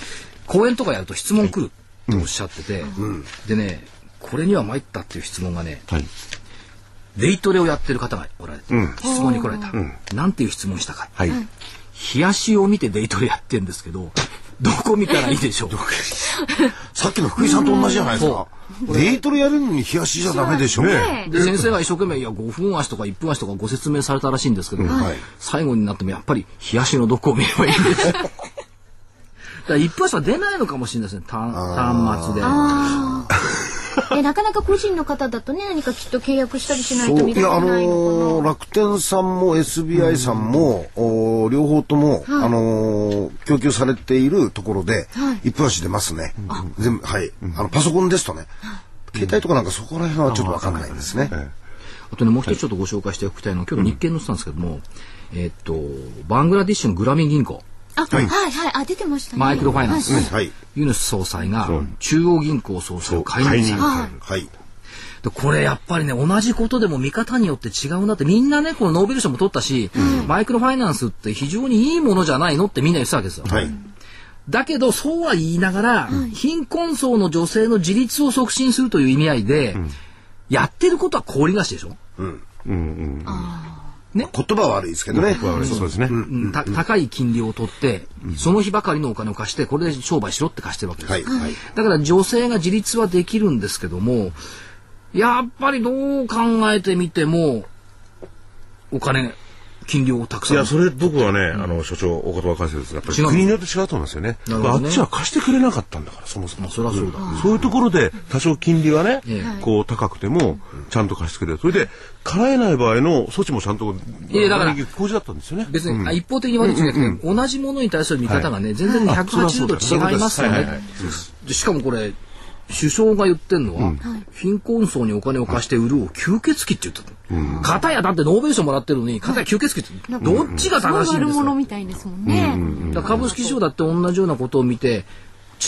講演とかやると質問来るっておっしゃってて、でね、これには参ったっていう質問がね、
はい。
デイトレをやってる方がおられて、質問に来られた。なんていう質問したか。
はい。
冷やしを見てデイトレやってんですけど、どこ見たらいいでしょう
さっきの福井さんと同じじゃないですか。デイトレやるのに冷やしじゃダメでしょ。
ね
で先生が一生懸命いや5分足とか1分足とかご説明されたらしいんですけど、
はい
最後になってもやっぱり冷やしのどこを見ればいいん です。だから1分足は出ないのかもしれないですね。単端末で。
ああ。え、なかなか個人の方だとね、何かきっと契約したりしないと
そう
見
い
られ
やあ
ないの
の
か
ー
な。
楽天さんも SBI さんも、おー両方とも、あのー供給されているところで、一分足出ますね、全部はい、あのパソコンですとね、携帯とかなんかそこら辺はちょっとわかんないんですね、
あとね、もう一つちょっとご紹介しておきたいのは、今日の日経に載ってたんですけども、えっと、バングラディッシュのグラミン銀行、
あ、はいはい。あ、出てましたね。
マイクロファイナンス、
うんはい
ユヌス総裁が中央銀行総裁を解任された。
はい
でこれやっぱりね同じことでも見方によって違うんだってみんなねこのノーベル賞も取ったし、マイクロファイナンスって非常にいいものじゃないのってみんな言ってたわけですよ。
はい、
だけどそうは言いながら、貧困層の女性の自立を促進するという意味合いで、やってることは氷菓子でしょ、
言葉は悪いですけどね、
そうですね。
うんた高い金利を取って、その日ばかりのお金を貸してこれで商売しろって貸してるわけですよ。
はいはい
だから女性が自立はできるんですけども、やっぱりどう考えてみても、お金、金量をたくさ
い
ん。
や、それ僕はね、あの、所長、お言葉返せですが、やっぱり
違う
国によって違うと思うんですよね。
なるほどね
あっちは貸してくれなかったんだから、そもそも。
まあそりゃそうだ。
そういうところで多少金利はね
え、
こう高くてもちゃんと貸してくれる。それで払えない場合の措置もちゃんと
いやだから
工事だったんですよね。
別に、あ一方的に悪いじゃなくて、同じものに対する見方がね、全然
あそりゃ
180
そうだ
度違いますよ
そういうこと
ね
で。
でしかもこれ、首相が言ってんのは、貧困層にお金を貸して売るを吸血鬼って言ってたの。片やだってノーベル賞もらってるのに、片や吸血鬼って言ってたのどっちが
すご
正
い
しいん
悪
ですか
者みたいですもんね。
だから株式市場だって同じようなことを見て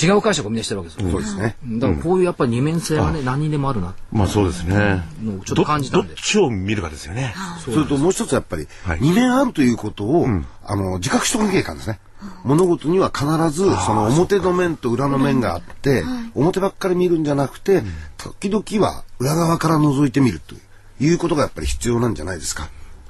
違う解釈をみんなしてるわけですよ。
そうですね、
だからこういうやっぱり二面性はね、何にでもあるな。
まあそうですね。
のをちょっ
ど
と感じた
ど
ん
っ
で
ちを見るかですよね。
それともう一つやっぱり、
はい
二面あるということを、あの自覚しておかなきゃいけないんですね。物事には必ずその表の面と裏の面があって、表ばっかり見るんじゃなくて、時々は裏側から覗いてみるといういうことがやっぱり必要なんじゃないですか。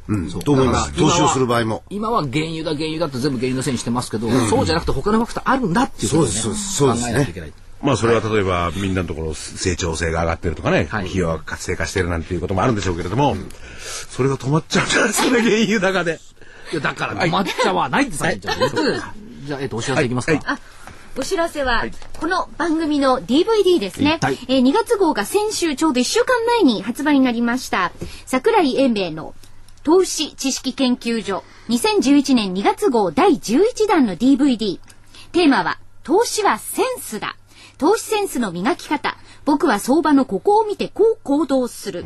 うん、と思います。
だから今
投
は
資をする場合も。
今は原油だ原油だって全部原油のせいにしてますけど、そうじゃなくて他のファクターあるんだっていうことをね
そうですそうです
考
そ
え
うです
ないといけない。
まあそれは例えばみんなのところ成長性が上がってるとかね、
はい
費用が活性化してるなんていうこともあるんでしょうけれども、それが止まっちゃうんじゃないですかね、 原油高で。
いやだから止まっちゃわないってさっき言っちゃったねじゃあ、えっと、お知らせいきますか。
お知らせは、この番組の DVD ですね。
はい
えー2月号が先週ちょうど1週間前に発売になりました。桜井英明の投資知識研究所2011年2月号第11弾の DVD。テーマは、投資はセンスだ。投資センスの磨き方。僕は相場のここを見てこう行動する。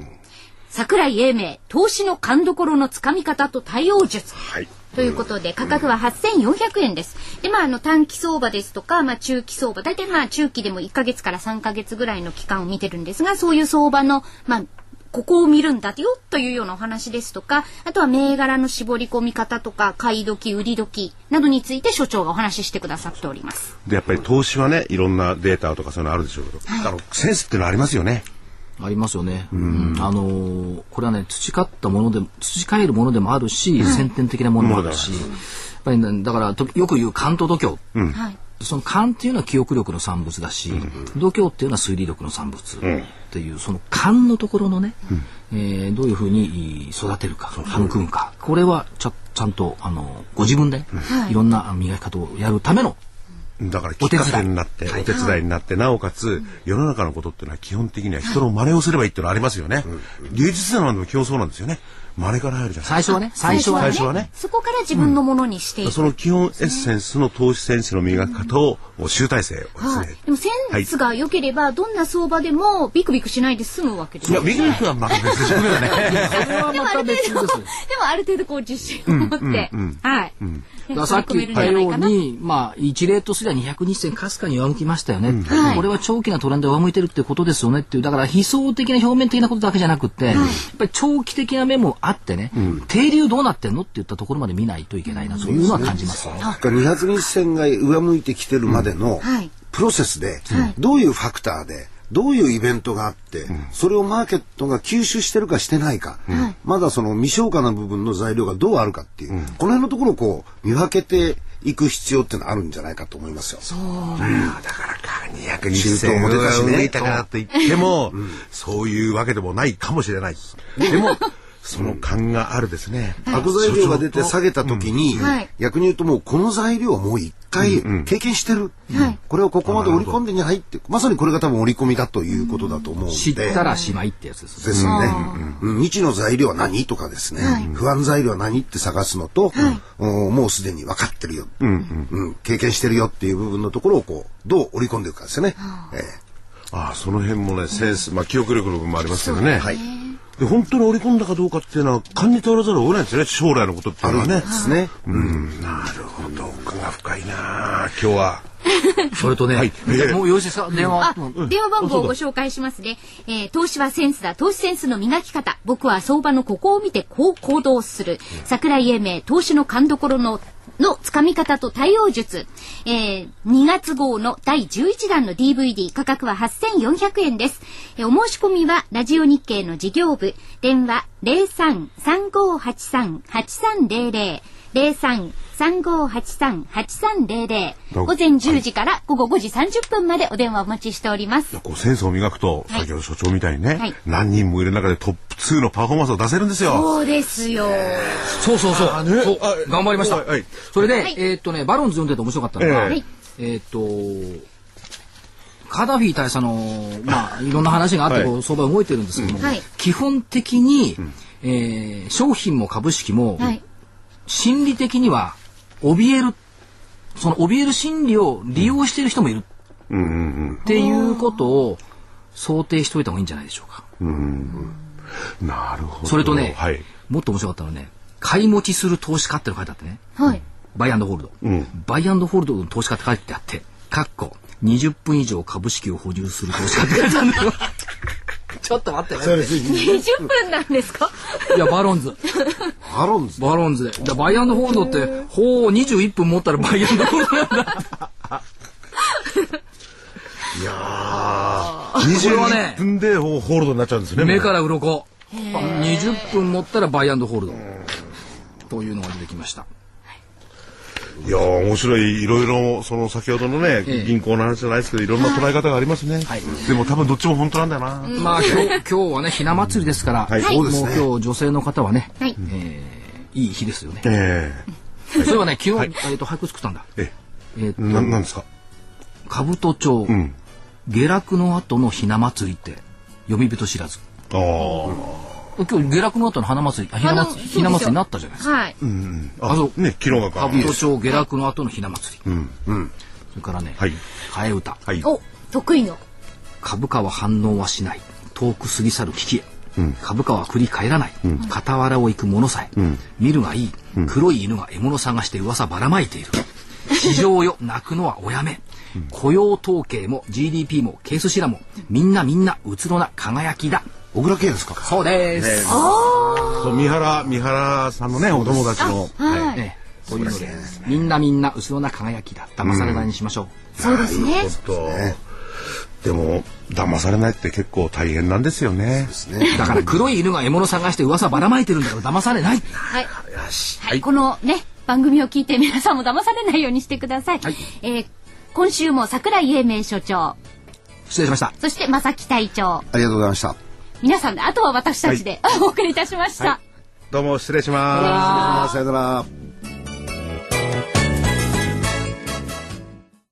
桜井英明、投資の勘どころのつかみ方と対応術。
はい。
ということで、価格は8400円です。で、まあ、あの、短期相場ですとか、まあ、中期相場、大体まあ、中期でも1ヶ月から3ヶ月ぐらいの期間を見てるんですが、そういう相場の、まあ、ここを見るんだよというようなお話ですとか、あとは銘柄の絞り込み方とか、買い時、売り時などについて所長がお話ししてくださっております。
で、やっぱり投資はね、いろんなデータとかそういうのあるでしょうけど、あの、センスっていうのありますよね。
ありますよね。うんあのーこれはね、培ったものでも、培えるものでもあるし、先天的なものもあるし、やっぱりね、だから、とよく言う勘と度胸。
はい。
その勘っていうのは記憶力の産物だし、度胸っていうのは推理力の産物っていう、その勘のところのね、えーどういうふうにいい育てるか育むかこれはちゃちゃんとあのご自分でいろんな磨き方をやるための
だから、き
お
っ
手伝い
かけになって、
はい
お手伝いになって、なおかつ、世の中のことっていうのは基本的には人の真似をすればいいっていうのはありますよね。芸術なのでも基本そうなんですよね。招かれ入るじゃない
最初はね、最初はね
最初はね
そこから自分のものにしていく。
その基本エッセンスの投資センスの磨き方を、もう集大成をです
は
ね
い。でもセンスが良ければ、どんな相場でもビクビクしないで済むわけです
いや、
よね。
ビギナーはまた別ですよね。
それは
でも
ま
あ
た
る程
別
度、
で
ですもある程度こう自信を持って、はい。
だからさっき言ったように、まあ、一例とすれば200日線かすかに上向きましたよね、
はい
これは長期なトレンドが上向いてるっていうことですよねっていう、だから悲壮的な表面的なことだけじゃなくて、やっぱり長期的な面もあってね、停留どうなってんのって言ったところまで見ないといけないな、そういうのは感じます。
だから200日線が上向いてきてるまでの
はい
プロセスで、どういうファクターで、どういうイベントがあって、それをマーケットが吸収してるかしてないか、まだその未消化な部分の材料がどうあるかっていう、この辺のところをこう見分けていく必要っていうのはあるんじゃないかと思いますよ。
220銭を上いたからといっても、そういうわけでもないかもしれない。でも、その感があるですね。
悪材料が出て下げた時に、
んはい
逆に言うともうこの材料はもう一回経験してる、
はい
これをここまで織り込んでに入ってまさにこれが多分織り込みだということだと思うんで
知ったらしまいってやつです。
ですよね、うん未知の材料は何とかですね、不安材料は何って探すのと、おもうすでに分かってるよ、うん経験してるよっていう部分のところをこうどう織り込んでいくかですよね、え
ああ、その辺もね、センス、まあ、記憶力の部分もありますけどね。はい。で、本当に織り込んだかどうかっていうのは、勘に頼らざるを得ないんですよね、将来のことっていうのは
え
ね
で。すね、
うん、なるほど。奥が深いなあ今日は。
それとね、
はい
でもうよろしいですか電話
あ。電話番号をご紹介しますね。えー投資はセンスだ。投資センスの磨き方。僕は相場のここを見てこう行動する。桜井英明、投資の勘どころの、のつかみ方と対応術。えー2月号の第11弾の DVD 価格は8400円です。えーお申し込みは、ラジオ日経の事業部。電話03-3583-8300。03-3583-8300
どう
午前10時から午後5時30分までお電話お待ちしております。
こうセンスを磨くと、
はい
先ほど所長みたいにね、
はい
何人もいる中でトップ2のパフォーマンスを出せるんですよ。
そうですよ。
そうそうそう。
ね
そう
あ
頑張りました。
はいはい
それで、
い
えーっとね、バロンズ読んでて面白かったのが、
はい。
えーっ、と、カダフィ大佐の、まあ、いろんな話があって、こう相場動いてるんですけども、
はい
基本的に、えー商品も株式も、
はい。
心理的には、怯える、その怯える心理を利用している人もいる。っていうことを想定しておいた方がいいんじゃないでしょうか。
なるほど。
それとね、
はい。
もっと面白かったのはね、買い持ちする投資家ってのが書いてあってね、
はい。
バイアンドホールド。バイアンドホールドの投資家って書いてあって、かっこ、20分以上株式を保有する投資家って書いてあるんだよ。 ちょっと待ってね。
20分なんですか
いや、バロンズ。
アロンズ
バロンズで。だバイアンドホールドって、ほう、21分持ったらバイアンドホールドなんだ。これはね
20分でホールドになっちゃうんですね。
目
もう
から鱗。20分持ったらバイアンドホールド。というのが出てきました。
いやー面白いいろいろその先ほどのね、
ええ
銀行の話じゃないですけどいろんな捉え方がありますね、でも多分どっちも本当なんだよな、
まあ今日、今日はね、ひな祭りですから、
はいそうですね
もう今日女性の方はね、
はい。
いい日ですよね。
え
そういえばね、昨日、えっと、俳句作ったんだ。
ええ
えっと
えななんですか
兜町、下落の後のひな祭りって読み人知らず
ああ、
今日下落の後の花祭りあひな祭りひな祭りになったじゃないですか
はい。
あ
あそう
ね昨日がか
兜町下落の後のひな祭り、それからね、
はい
替え歌、
はい
お、得意の。
株価は反応はしない遠く過ぎ去る危機へ、株価は繰り返らない、傍らを行く者さえ、見るがいい、黒い犬が獲物探して噂ばらまいている市場よ泣くのはおやめ、雇用統計も GDP もケースシラもみんなみんなうつろな輝きだ
小倉圭ですか
そうです、
そう三原三原さんのねお友達のはい
ええこういうのでみんなみんなうつろな輝きだ騙されないにしましょう、
そうですね。
ちょっとでも騙されないって結構大変なんですよね
だから黒い犬が獲物探して噂ばらまいてるんだから騙されない
はい。はい。このね、番組を聞いて皆さんも騙されないようにしてください。えー今週も桜井英明所長、
失礼しました
そして正木隊長、
ありがとうございました
皆 さんで、あとは私たちで、お送りいたしました。
どうも失礼します
さよなら